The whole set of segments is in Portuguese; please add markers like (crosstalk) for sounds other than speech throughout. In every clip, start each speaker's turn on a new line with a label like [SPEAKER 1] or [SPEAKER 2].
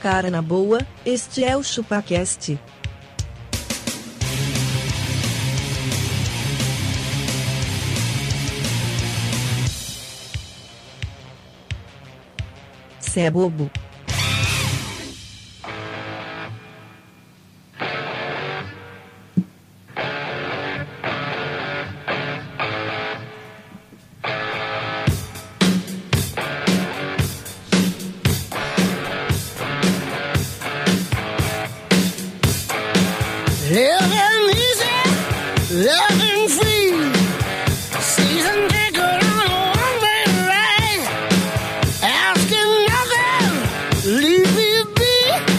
[SPEAKER 1] Cara na boa, este é o ChupaCast. Cê é bobo.
[SPEAKER 2] Living easy, living free. Season ticket on a one-way ride. Asking nothing, leave me be.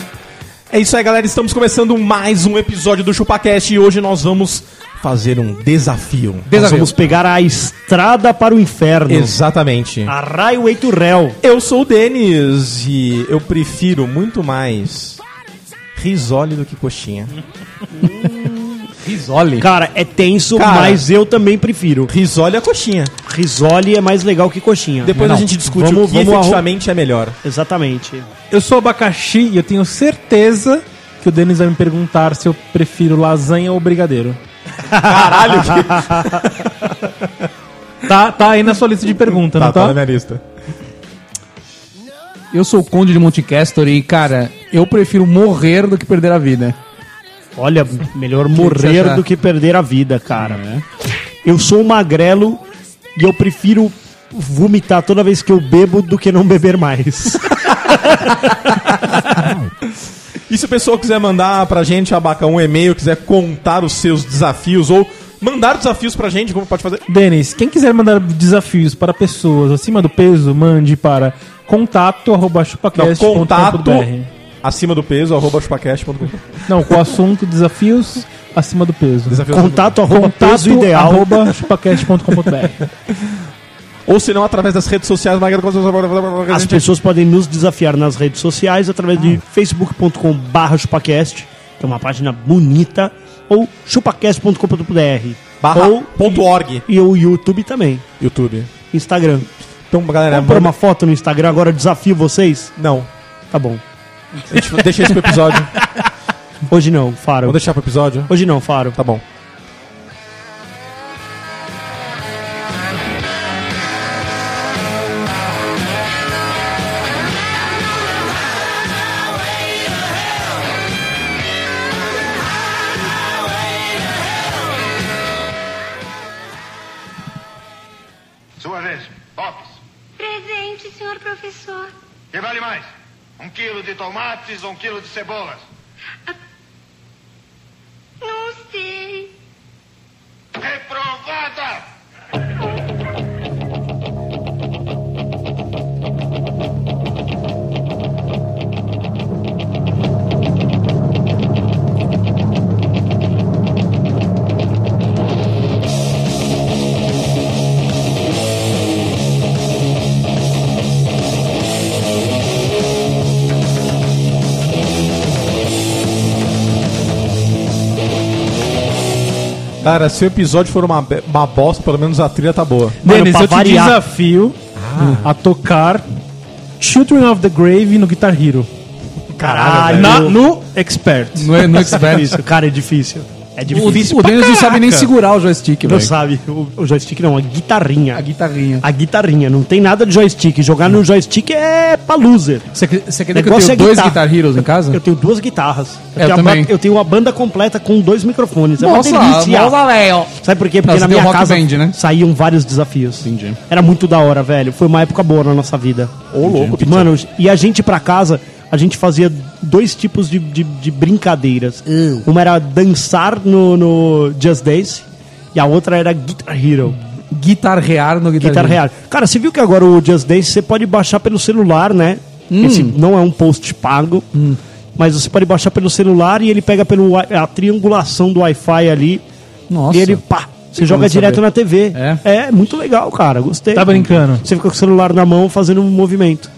[SPEAKER 3] É isso aí, galera. Estamos começando mais um episódio do ChupaCast e hoje nós vamos fazer um desafio.
[SPEAKER 4] Nós
[SPEAKER 3] Nós
[SPEAKER 4] vamos pegar a estrada para o inferno.
[SPEAKER 3] Exatamente.
[SPEAKER 4] A Highway to Hell.
[SPEAKER 3] Eu sou o Denis e eu prefiro muito mais risole do que coxinha. risole?
[SPEAKER 4] Cara, é tenso,
[SPEAKER 3] Cara.
[SPEAKER 4] mas eu também prefiro.
[SPEAKER 3] Risole é coxinha.
[SPEAKER 4] Risole é mais legal que coxinha.
[SPEAKER 3] Depois
[SPEAKER 4] Não,
[SPEAKER 3] a gente discute
[SPEAKER 4] vamos,
[SPEAKER 3] o que
[SPEAKER 4] vamos arru-
[SPEAKER 3] efetivamente é melhor.
[SPEAKER 4] Exatamente.
[SPEAKER 5] Eu sou abacaxi e eu tenho certeza que o Denis vai me perguntar se eu prefiro lasanha ou brigadeiro.
[SPEAKER 3] Caralho, que...
[SPEAKER 5] (laughs) Tá, tá aí na sua lista de perguntas, não tá?
[SPEAKER 3] minha lista.
[SPEAKER 6] Eu sou o Conde de Monte Castor e, cara, eu prefiro morrer do que perder a vida.
[SPEAKER 4] Olha, melhor
[SPEAKER 6] você
[SPEAKER 4] morrer
[SPEAKER 6] achar?
[SPEAKER 4] do que perder a vida, cara. Eu sou um magrelo e eu prefiro vomitar toda vez que eu bebo do que não beber (laughs) mais.
[SPEAKER 3] E se o pessoal quiser mandar pra gente, abaca um e-mail, quiser contar os seus desafios ou mandar desafios pra gente, como pode fazer?
[SPEAKER 5] Denis, quem quiser mandar desafios para pessoas acima do peso, mande para
[SPEAKER 3] Não,
[SPEAKER 5] contato@chupacast.com.br.
[SPEAKER 3] contato acima do peso, arroba chupacast.com.
[SPEAKER 5] Não, com o assunto desafios acima do peso.
[SPEAKER 3] Desafio
[SPEAKER 4] Contato arroba peso ideal.
[SPEAKER 5] arroba chupacast.com.br.
[SPEAKER 3] Ou se não, através das redes sociais. mas- A
[SPEAKER 4] As
[SPEAKER 3] gente-
[SPEAKER 4] pessoas podem nos desafiar nas redes sociais através de
[SPEAKER 6] Ah.
[SPEAKER 4] facebook.com.br chupacast, que é uma página bonita, ou chupacast.com.br.
[SPEAKER 3] Barra
[SPEAKER 4] Ou,
[SPEAKER 3] ponto org.
[SPEAKER 4] e o YouTube também,
[SPEAKER 3] YouTube.
[SPEAKER 4] Instagram.
[SPEAKER 3] Então,
[SPEAKER 6] É
[SPEAKER 3] galera,
[SPEAKER 4] Vamos pôr
[SPEAKER 3] manda-
[SPEAKER 4] uma foto no Instagram agora, eu desafio vocês?
[SPEAKER 3] Não.
[SPEAKER 4] Tá bom.
[SPEAKER 3] A gente (laughs) deixa isso pro
[SPEAKER 6] (laughs)
[SPEAKER 3] episódio.
[SPEAKER 4] Hoje não, Faro.
[SPEAKER 3] Vamos deixar pro episódio?
[SPEAKER 4] Hoje não, Faro.
[SPEAKER 3] Tá bom.
[SPEAKER 7] Sua vez. Bops.
[SPEAKER 8] Presente, senhor professor.
[SPEAKER 7] Que vale mais? Um quilo de tomates ou um quilo de cebolas?
[SPEAKER 8] Não sei.
[SPEAKER 7] Reprovada!
[SPEAKER 3] Cara, se o episódio for uma, be- uma bosta, pelo menos a trilha tá boa.
[SPEAKER 5] Denis,
[SPEAKER 4] pra
[SPEAKER 5] eu te
[SPEAKER 4] variar.
[SPEAKER 5] desafio a tocar Children of the Grave no Guitar Hero. Ah,
[SPEAKER 4] Caralho.
[SPEAKER 5] Na- no Expert.
[SPEAKER 6] Não é, não
[SPEAKER 5] (laughs)
[SPEAKER 6] é expert.
[SPEAKER 4] Isso, cara, é difícil. É
[SPEAKER 6] o,
[SPEAKER 4] difícil.
[SPEAKER 6] o Denis não sabe nem
[SPEAKER 5] caraca.
[SPEAKER 6] segurar o joystick,
[SPEAKER 4] Não
[SPEAKER 6] velho.
[SPEAKER 4] sabe, o, o joystick não, a guitarrinha.
[SPEAKER 6] A guitarrinha.
[SPEAKER 4] A guitarrinha, não tem nada de joystick. Jogar no joystick é pra loser.
[SPEAKER 6] Você acre- você acredita que eu
[SPEAKER 4] Negócio
[SPEAKER 6] tenho
[SPEAKER 4] é
[SPEAKER 6] dois
[SPEAKER 4] guitarra.
[SPEAKER 6] Guitar Heroes em casa? É,
[SPEAKER 4] Eu tenho duas guitarras.
[SPEAKER 6] Eu
[SPEAKER 4] tenho a
[SPEAKER 6] também.
[SPEAKER 4] ba- eu tenho uma banda completa com dois microfones. É uma delícia.
[SPEAKER 6] velho.
[SPEAKER 4] Sabe por quê? Porque na
[SPEAKER 6] Não, você tem
[SPEAKER 4] minha
[SPEAKER 6] o Rock
[SPEAKER 4] casa
[SPEAKER 6] Band, né?
[SPEAKER 4] saíam vários desafios.
[SPEAKER 6] Entendi.
[SPEAKER 4] Era muito da hora, velho. Foi uma época boa na nossa vida.
[SPEAKER 3] Ô, louco, Pizza.
[SPEAKER 4] Mano, e a gente pra casa, a gente fazia dois tipos de, de, de brincadeiras. Uma era dançar no, no Just Dance e a outra era Guitar Hero.
[SPEAKER 6] Guitarrear no Guitar,
[SPEAKER 4] Guitar
[SPEAKER 6] Hero.
[SPEAKER 4] Real. Cara, você viu que agora o Just Dance você pode baixar pelo celular, né?
[SPEAKER 5] Hum.
[SPEAKER 4] Esse não é um post pago, mas você pode baixar pelo celular e ele pega pelo wi- a triangulação do Wi-Fi ali.
[SPEAKER 6] Nossa.
[SPEAKER 4] E ele, pá, você joga
[SPEAKER 6] bom
[SPEAKER 4] direto
[SPEAKER 6] saber.
[SPEAKER 4] na TV.
[SPEAKER 6] É?
[SPEAKER 4] muito legal, cara. Gostei.
[SPEAKER 5] Tá brincando?
[SPEAKER 4] Você fica com o celular na mão fazendo um movimento.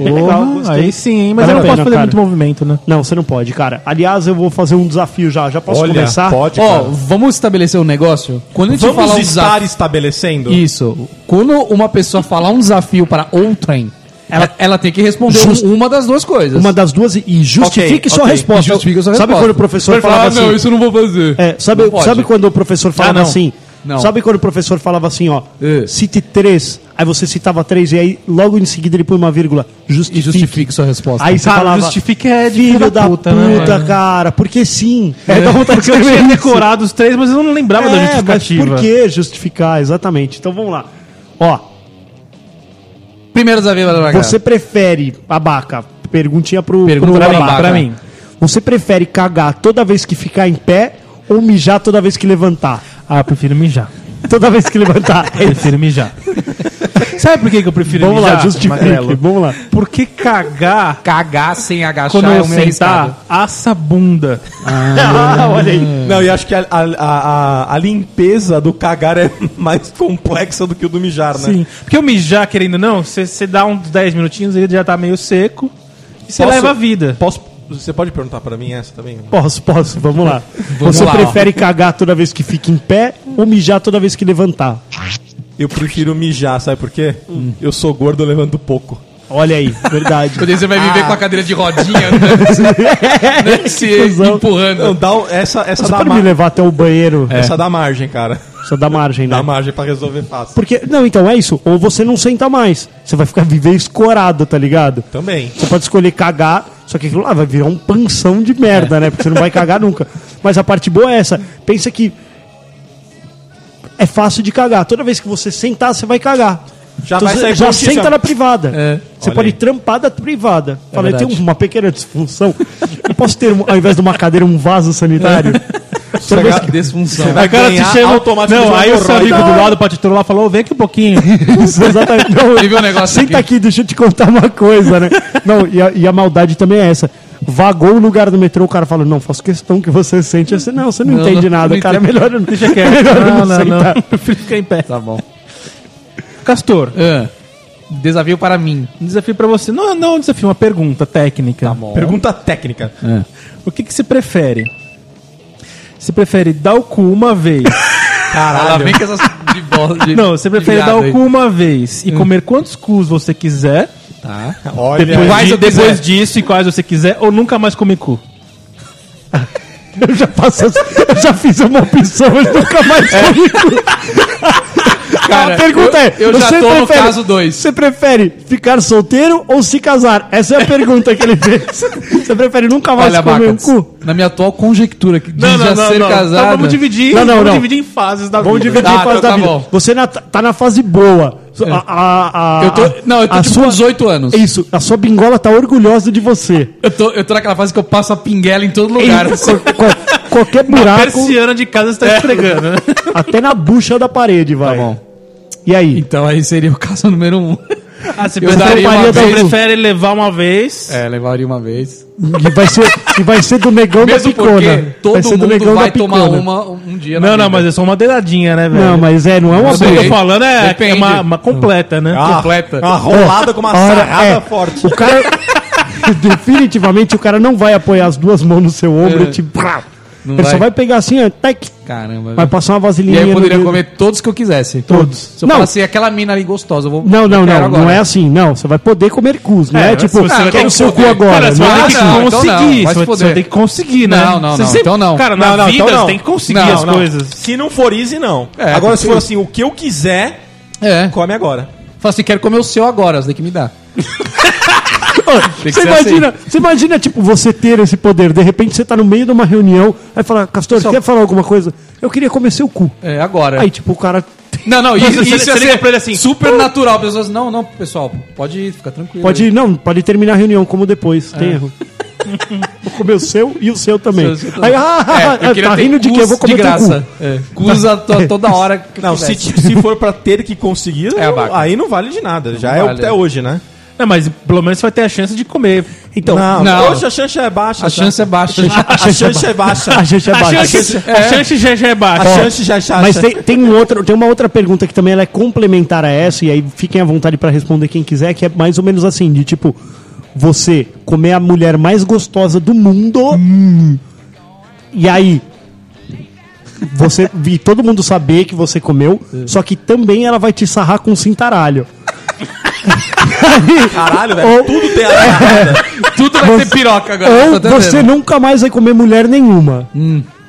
[SPEAKER 4] É legal,
[SPEAKER 5] Porra,
[SPEAKER 4] gostei.
[SPEAKER 5] aí sim, hein? mas
[SPEAKER 4] Vale
[SPEAKER 5] eu não
[SPEAKER 4] a pena,
[SPEAKER 5] posso fazer
[SPEAKER 4] cara.
[SPEAKER 5] muito movimento, né?
[SPEAKER 4] Não, você não pode, cara. Aliás, eu vou fazer um desafio já. Já posso
[SPEAKER 3] Olha,
[SPEAKER 4] começar?
[SPEAKER 3] pode,
[SPEAKER 6] Ó,
[SPEAKER 3] cara.
[SPEAKER 6] vamos estabelecer um negócio? Quando a gente falar
[SPEAKER 3] Vamos
[SPEAKER 6] um
[SPEAKER 3] estar
[SPEAKER 6] desafio...
[SPEAKER 3] estabelecendo?
[SPEAKER 6] Isso. Quando uma pessoa falar um desafio para outrem, Ela, ela tem que responder
[SPEAKER 4] É.
[SPEAKER 6] um-
[SPEAKER 4] Just-
[SPEAKER 6] uma das duas coisas.
[SPEAKER 4] Uma das duas e justifique
[SPEAKER 3] Ok,
[SPEAKER 4] sua
[SPEAKER 3] ok.
[SPEAKER 4] resposta.
[SPEAKER 6] Justifica sua
[SPEAKER 4] Sabe
[SPEAKER 6] resposta.
[SPEAKER 4] quando o professor
[SPEAKER 6] Vai falar,
[SPEAKER 4] falava
[SPEAKER 6] "Ah, não,
[SPEAKER 4] assim?
[SPEAKER 6] isso eu não vou fazer.
[SPEAKER 4] É, sabe,
[SPEAKER 6] Não pode. Ah,
[SPEAKER 4] sabe quando o professor falava
[SPEAKER 3] não.
[SPEAKER 4] assim?
[SPEAKER 6] Não.
[SPEAKER 4] Sabe quando o professor falava assim, ó,
[SPEAKER 6] É.
[SPEAKER 4] cite três, aí você citava três, e aí logo em seguida ele põe uma vírgula,
[SPEAKER 6] E
[SPEAKER 4] justifique.
[SPEAKER 6] justifique sua resposta. Ah,
[SPEAKER 4] Aí você
[SPEAKER 5] Cara,
[SPEAKER 4] falava,
[SPEAKER 5] justifique é de
[SPEAKER 4] filho
[SPEAKER 5] filho
[SPEAKER 4] da
[SPEAKER 5] da
[SPEAKER 4] puta,
[SPEAKER 5] puta, né, mano?
[SPEAKER 4] cara, porque sim. É, dá vontade de
[SPEAKER 5] Porque eu
[SPEAKER 4] escrever
[SPEAKER 5] tinha
[SPEAKER 4] isso.
[SPEAKER 5] decorado os três, mas eu não lembrava
[SPEAKER 4] É,
[SPEAKER 5] da
[SPEAKER 4] mas
[SPEAKER 5] justificativa.
[SPEAKER 4] por que justificar, exatamente. Então vamos lá. Ó,
[SPEAKER 6] Primeiro desafio vai
[SPEAKER 4] você prefere, abaca, perguntinha pro,
[SPEAKER 6] Tá Pergunta
[SPEAKER 4] pro
[SPEAKER 6] pra mim,
[SPEAKER 4] abaca.
[SPEAKER 6] pra mim.
[SPEAKER 4] Você prefere cagar toda vez que ficar em pé ou mijar toda vez que levantar?
[SPEAKER 5] Ah, eu prefiro mijar.
[SPEAKER 4] Toda vez que levantar.
[SPEAKER 5] Eu prefiro mijar. Sabe por que que eu prefiro
[SPEAKER 4] Vamos
[SPEAKER 5] mijar?
[SPEAKER 4] lá, justifique.
[SPEAKER 5] Magrelo?
[SPEAKER 4] Vamos lá.
[SPEAKER 5] Porque cagar
[SPEAKER 6] Cagar sem agachar
[SPEAKER 5] quando
[SPEAKER 6] é
[SPEAKER 5] eu
[SPEAKER 6] o meu arriscado.
[SPEAKER 5] sentar, assa a bunda.
[SPEAKER 4] Ah, olha aí.
[SPEAKER 3] Não, e acho que a, a, a, a- a limpeza do cagar é (laughs) mais complexa do que o do mijar, né?
[SPEAKER 5] Sim. Porque o mijar, querendo ou não, você você dá uns 10 minutinhos, ele já tá meio seco. E você
[SPEAKER 3] Posso-
[SPEAKER 5] leva a vida.
[SPEAKER 3] (laughs) Posso, você pode perguntar pra mim essa também?
[SPEAKER 4] Posso, posso, vamos lá.
[SPEAKER 6] Vamos
[SPEAKER 4] Você
[SPEAKER 6] lá, ó.
[SPEAKER 4] prefere cagar toda vez que fica em pé ou mijar toda vez que levantar?
[SPEAKER 3] Eu prefiro mijar, sabe por quê? Eu sou gordo, eu levanto pouco.
[SPEAKER 4] Olha aí, verdade.
[SPEAKER 6] Quando você vai viver com a cadeira de
[SPEAKER 4] (laughs)
[SPEAKER 6] rodinha, né? Né? se
[SPEAKER 4] cuzão.
[SPEAKER 6] empurrando.
[SPEAKER 3] Não, dá, o- essa, essa,
[SPEAKER 4] Você
[SPEAKER 3] dá
[SPEAKER 4] pode me
[SPEAKER 3] mar-
[SPEAKER 4] levar até o banheiro?
[SPEAKER 3] essa dá margem, cara.
[SPEAKER 4] Só dá margem, né?
[SPEAKER 3] É. Dá margem pra resolver fácil.
[SPEAKER 4] Porque, não, então é isso. Ou você não senta mais. Você vai ficar viver escorado, tá ligado?
[SPEAKER 3] Também.
[SPEAKER 4] Você pode escolher cagar, só que aquilo lá vai virar um panção de merda, né? Porque você não vai cagar nunca. Mas a parte boa é essa. Pensa que é fácil de cagar. Toda vez que você sentar, você vai cagar.
[SPEAKER 3] Já
[SPEAKER 4] Então
[SPEAKER 3] vai
[SPEAKER 4] você
[SPEAKER 3] sair
[SPEAKER 4] já
[SPEAKER 3] contigo,
[SPEAKER 4] senta
[SPEAKER 3] já-
[SPEAKER 4] na privada.
[SPEAKER 6] É.
[SPEAKER 4] Você
[SPEAKER 3] Olha
[SPEAKER 4] pode
[SPEAKER 3] aí.
[SPEAKER 4] trampar da privada. Falei, tem
[SPEAKER 6] verdade.
[SPEAKER 4] uma pequena disfunção. Eu posso ter, um- ao invés de uma cadeira, um vaso sanitário? Toda vez que-
[SPEAKER 6] Desfunção.
[SPEAKER 3] Você vai ganhar automaticamente um
[SPEAKER 5] Não, aí o seu
[SPEAKER 3] hemorroida.
[SPEAKER 5] amigo do lado pra te lá falou: vem aqui um pouquinho.
[SPEAKER 4] Isso,
[SPEAKER 6] (laughs)
[SPEAKER 4] exatamente. Não,
[SPEAKER 6] Teve um negócio
[SPEAKER 4] Senta aqui. deixa eu te contar uma coisa, né? Não, e a, e a maldade também é essa. Vagou o lugar do metrô, o cara fala, não, faço questão que você sente. Eu sei, não, você não,
[SPEAKER 6] Não,
[SPEAKER 4] entende
[SPEAKER 6] não,
[SPEAKER 4] nada,
[SPEAKER 6] não
[SPEAKER 4] cara. É
[SPEAKER 6] entendo.
[SPEAKER 4] melhor eu não, Deixa quieto.
[SPEAKER 5] Não,
[SPEAKER 4] melhor
[SPEAKER 5] não,
[SPEAKER 4] não,
[SPEAKER 5] não. (laughs)
[SPEAKER 4] sentar.
[SPEAKER 5] Prefiro ficar em pé.
[SPEAKER 6] Tá bom.
[SPEAKER 5] Castor,
[SPEAKER 6] Ah, desafio para mim.
[SPEAKER 5] um desafio pra você. Não, não um desafio, uma pergunta técnica. Tá bom.
[SPEAKER 3] Pergunta técnica.
[SPEAKER 5] O que, que você prefere? Você prefere dar o cu uma vez?
[SPEAKER 6] Ela
[SPEAKER 3] Caralho.
[SPEAKER 6] vem com essas de bola. de-
[SPEAKER 5] não, você
[SPEAKER 6] de
[SPEAKER 5] prefere dar
[SPEAKER 6] virada
[SPEAKER 5] o
[SPEAKER 6] aí.
[SPEAKER 5] cu uma vez e comer quantos cus você quiser?
[SPEAKER 6] Tá.
[SPEAKER 3] Olha,
[SPEAKER 5] Depois,
[SPEAKER 6] Quais
[SPEAKER 5] de-
[SPEAKER 6] eu quiser.
[SPEAKER 5] depois disso e quais você quiser, ou nunca mais comer cu.
[SPEAKER 4] Eu já faço essa- eu já fiz uma opção, mas nunca mais comigo.
[SPEAKER 6] É, Cara,
[SPEAKER 4] a pergunta
[SPEAKER 6] eu-
[SPEAKER 4] é,
[SPEAKER 6] eu já
[SPEAKER 4] você
[SPEAKER 6] tô no
[SPEAKER 4] prefere-
[SPEAKER 6] caso dois.
[SPEAKER 4] Você prefere ficar solteiro ou se casar? Essa é a pergunta que ele fez.
[SPEAKER 6] (laughs)
[SPEAKER 4] Você prefere nunca mais
[SPEAKER 6] Olha,
[SPEAKER 4] comer um
[SPEAKER 6] Bacas,
[SPEAKER 4] cu?
[SPEAKER 6] na minha atual conjectura que de já ser
[SPEAKER 4] Tá,
[SPEAKER 6] casado...
[SPEAKER 5] Então vamos dividir,
[SPEAKER 4] Não, não,
[SPEAKER 5] vamos
[SPEAKER 4] não.
[SPEAKER 5] dividir em fases da
[SPEAKER 4] Vamos
[SPEAKER 5] vida.
[SPEAKER 4] dividir
[SPEAKER 6] Tá,
[SPEAKER 4] a fase
[SPEAKER 6] então
[SPEAKER 4] da
[SPEAKER 6] tá
[SPEAKER 4] vida.
[SPEAKER 6] bom. É.
[SPEAKER 4] Você na- tá na fase boa. A, a- a-
[SPEAKER 6] Eu tô-
[SPEAKER 4] a-
[SPEAKER 6] não, eu tô
[SPEAKER 4] a
[SPEAKER 6] tipo
[SPEAKER 4] sua-
[SPEAKER 6] com 18 anos.
[SPEAKER 4] Isso, a sua bingola tá orgulhosa de você.
[SPEAKER 6] Eu tô, eu tô naquela fase que eu passo a pinguela em todo lugar. assim.
[SPEAKER 4] Co- co- qualquer
[SPEAKER 6] Tá
[SPEAKER 4] buraco,
[SPEAKER 5] Persiana de casa está esfregando, né?
[SPEAKER 4] até na bucha da parede, vai.
[SPEAKER 6] Tá bom.
[SPEAKER 4] E aí?
[SPEAKER 6] Então aí seria o caso número um.
[SPEAKER 5] Ah, você
[SPEAKER 6] Eu daria
[SPEAKER 5] prefere,
[SPEAKER 6] uma
[SPEAKER 5] você
[SPEAKER 6] vez.
[SPEAKER 5] prefere levar uma vez.
[SPEAKER 6] É, levaria uma vez.
[SPEAKER 4] E vai ser, e vai ser do negão
[SPEAKER 6] Mesmo
[SPEAKER 4] da é picona.
[SPEAKER 6] porque
[SPEAKER 4] vai
[SPEAKER 6] todo
[SPEAKER 4] ser do
[SPEAKER 6] mundo
[SPEAKER 4] negão
[SPEAKER 6] vai
[SPEAKER 4] da
[SPEAKER 6] tomar
[SPEAKER 4] picona.
[SPEAKER 6] uma um dia
[SPEAKER 5] Não,
[SPEAKER 6] na
[SPEAKER 5] não, mas
[SPEAKER 6] vida.
[SPEAKER 5] é só uma dedadinha, né, velho?
[SPEAKER 4] Não, mas é, não é uma
[SPEAKER 5] O que eu
[SPEAKER 4] boa.
[SPEAKER 5] tô
[SPEAKER 6] sei.
[SPEAKER 5] falando é, que é uma,
[SPEAKER 6] Depende.
[SPEAKER 5] uma completa, né?
[SPEAKER 3] Ah,
[SPEAKER 6] completa.
[SPEAKER 3] Uma rolada com uma
[SPEAKER 4] Ora,
[SPEAKER 3] sarrada
[SPEAKER 4] é,
[SPEAKER 3] forte.
[SPEAKER 4] O cara. (laughs) definitivamente o cara não vai apoiar as duas mãos no seu ombro e te.
[SPEAKER 6] É. Não
[SPEAKER 4] Ele só
[SPEAKER 6] vai.
[SPEAKER 4] vai pegar assim, ó, tac,
[SPEAKER 6] Caramba.
[SPEAKER 4] vai
[SPEAKER 6] velho.
[SPEAKER 4] passar uma
[SPEAKER 6] E
[SPEAKER 4] vasilinha
[SPEAKER 6] aí eu poderia
[SPEAKER 4] no dedo.
[SPEAKER 6] comer todos que eu quisesse.
[SPEAKER 4] Todos.
[SPEAKER 6] Se eu
[SPEAKER 4] Não.
[SPEAKER 6] falasse "É aquela mina ali gostosa, eu vou.
[SPEAKER 4] Não, não, não.
[SPEAKER 6] eu quero
[SPEAKER 4] Não
[SPEAKER 6] agora.
[SPEAKER 4] é assim, não. Você vai poder comer cus, não é,
[SPEAKER 5] É,
[SPEAKER 4] tipo,
[SPEAKER 5] se você
[SPEAKER 4] ah,
[SPEAKER 5] vai
[SPEAKER 4] quero
[SPEAKER 5] ter
[SPEAKER 4] seu
[SPEAKER 6] que
[SPEAKER 4] cu
[SPEAKER 6] poder.
[SPEAKER 4] agora.
[SPEAKER 5] Cara, você
[SPEAKER 4] não
[SPEAKER 5] vai
[SPEAKER 4] é
[SPEAKER 5] ter
[SPEAKER 4] assim.
[SPEAKER 6] não,
[SPEAKER 5] que
[SPEAKER 6] então não,
[SPEAKER 5] conseguir.
[SPEAKER 6] vai
[SPEAKER 5] Você
[SPEAKER 6] se
[SPEAKER 5] vai- você
[SPEAKER 6] fuder.
[SPEAKER 5] vai ter que conseguir, né?
[SPEAKER 6] Não, não,
[SPEAKER 5] Você
[SPEAKER 6] não,
[SPEAKER 5] sempre-
[SPEAKER 6] então não.
[SPEAKER 5] Cara, na
[SPEAKER 3] Não, não,
[SPEAKER 5] vida
[SPEAKER 3] então não.
[SPEAKER 5] você tem que conseguir
[SPEAKER 6] Não,
[SPEAKER 5] as
[SPEAKER 6] não.
[SPEAKER 5] coisas.
[SPEAKER 3] Se não for easy, não.
[SPEAKER 6] É,
[SPEAKER 3] agora, se
[SPEAKER 6] porque-
[SPEAKER 3] for assim, o que eu quiser,
[SPEAKER 6] É.
[SPEAKER 3] come agora.
[SPEAKER 6] Fala assim, quero comer o seu agora, você tem que me dar. Tem que
[SPEAKER 4] Você
[SPEAKER 6] ser assim.
[SPEAKER 4] imagina, você imagina, tipo, você ter esse poder. De repente você tá no meio de uma reunião, aí fala, Castor,
[SPEAKER 6] Só-
[SPEAKER 4] quer falar alguma coisa? Eu queria comer seu cu.
[SPEAKER 6] assim. É, agora.
[SPEAKER 4] Aí, tipo, o cara.
[SPEAKER 6] Não, não,
[SPEAKER 5] Não,
[SPEAKER 6] isso,
[SPEAKER 5] você-
[SPEAKER 6] isso
[SPEAKER 5] você
[SPEAKER 6] ia
[SPEAKER 5] liga
[SPEAKER 6] ser
[SPEAKER 5] pra ele assim,
[SPEAKER 6] super natural. Pessoas, não, não, pessoal, pode ir, fica tranquilo.
[SPEAKER 4] Pode
[SPEAKER 6] aí.
[SPEAKER 4] ir, não, pode terminar a reunião, como depois.
[SPEAKER 6] É.
[SPEAKER 4] Tem
[SPEAKER 6] (laughs)
[SPEAKER 4] erro. Vou comer o seu e o seu também.
[SPEAKER 6] Seu- seu também.
[SPEAKER 4] Aí, (laughs) ah,
[SPEAKER 6] É, eu queria
[SPEAKER 4] tá
[SPEAKER 6] ter
[SPEAKER 4] rindo de quê? Eu vou
[SPEAKER 6] cus
[SPEAKER 4] comer
[SPEAKER 6] de
[SPEAKER 4] teu
[SPEAKER 6] graça.
[SPEAKER 4] cu. Tá.
[SPEAKER 6] É. Cus a to- toda hora. que eu
[SPEAKER 3] Não, se,
[SPEAKER 6] quisesse.
[SPEAKER 3] se for pra ter que conseguir,
[SPEAKER 6] É a vaca.
[SPEAKER 3] aí não vale de nada. Já é
[SPEAKER 6] vale.
[SPEAKER 3] até hoje, né?
[SPEAKER 5] Não, mas pelo menos você vai ter a chance de comer.
[SPEAKER 3] Então, não,
[SPEAKER 6] não.
[SPEAKER 3] hoje a chance é baixa.
[SPEAKER 6] A chance é baixa.
[SPEAKER 3] A chance é baixa.
[SPEAKER 4] (laughs) A gente é
[SPEAKER 5] A
[SPEAKER 4] baixo.
[SPEAKER 5] chance, a chance já, já é
[SPEAKER 3] A
[SPEAKER 5] baixa.
[SPEAKER 3] chance já é chata.
[SPEAKER 4] Mas tem, tem, um outro, tem uma outra pergunta que também ela é complementar a essa, e aí fiquem à vontade pra responder quem quiser, que é mais ou menos assim, de tipo, você comer a mulher mais gostosa do mundo, e aí você e todo mundo saber que você comeu, só que também ela vai te sarrar com cintaralho.
[SPEAKER 3] Caralho, velho.
[SPEAKER 4] Ou-
[SPEAKER 3] Tudo tem
[SPEAKER 4] (laughs)
[SPEAKER 3] a
[SPEAKER 6] Tudo vai ser piroca agora.
[SPEAKER 4] Ou
[SPEAKER 6] eu tô
[SPEAKER 4] você
[SPEAKER 6] entendendo. Hum.
[SPEAKER 4] nunca mais vai comer mulher nenhuma.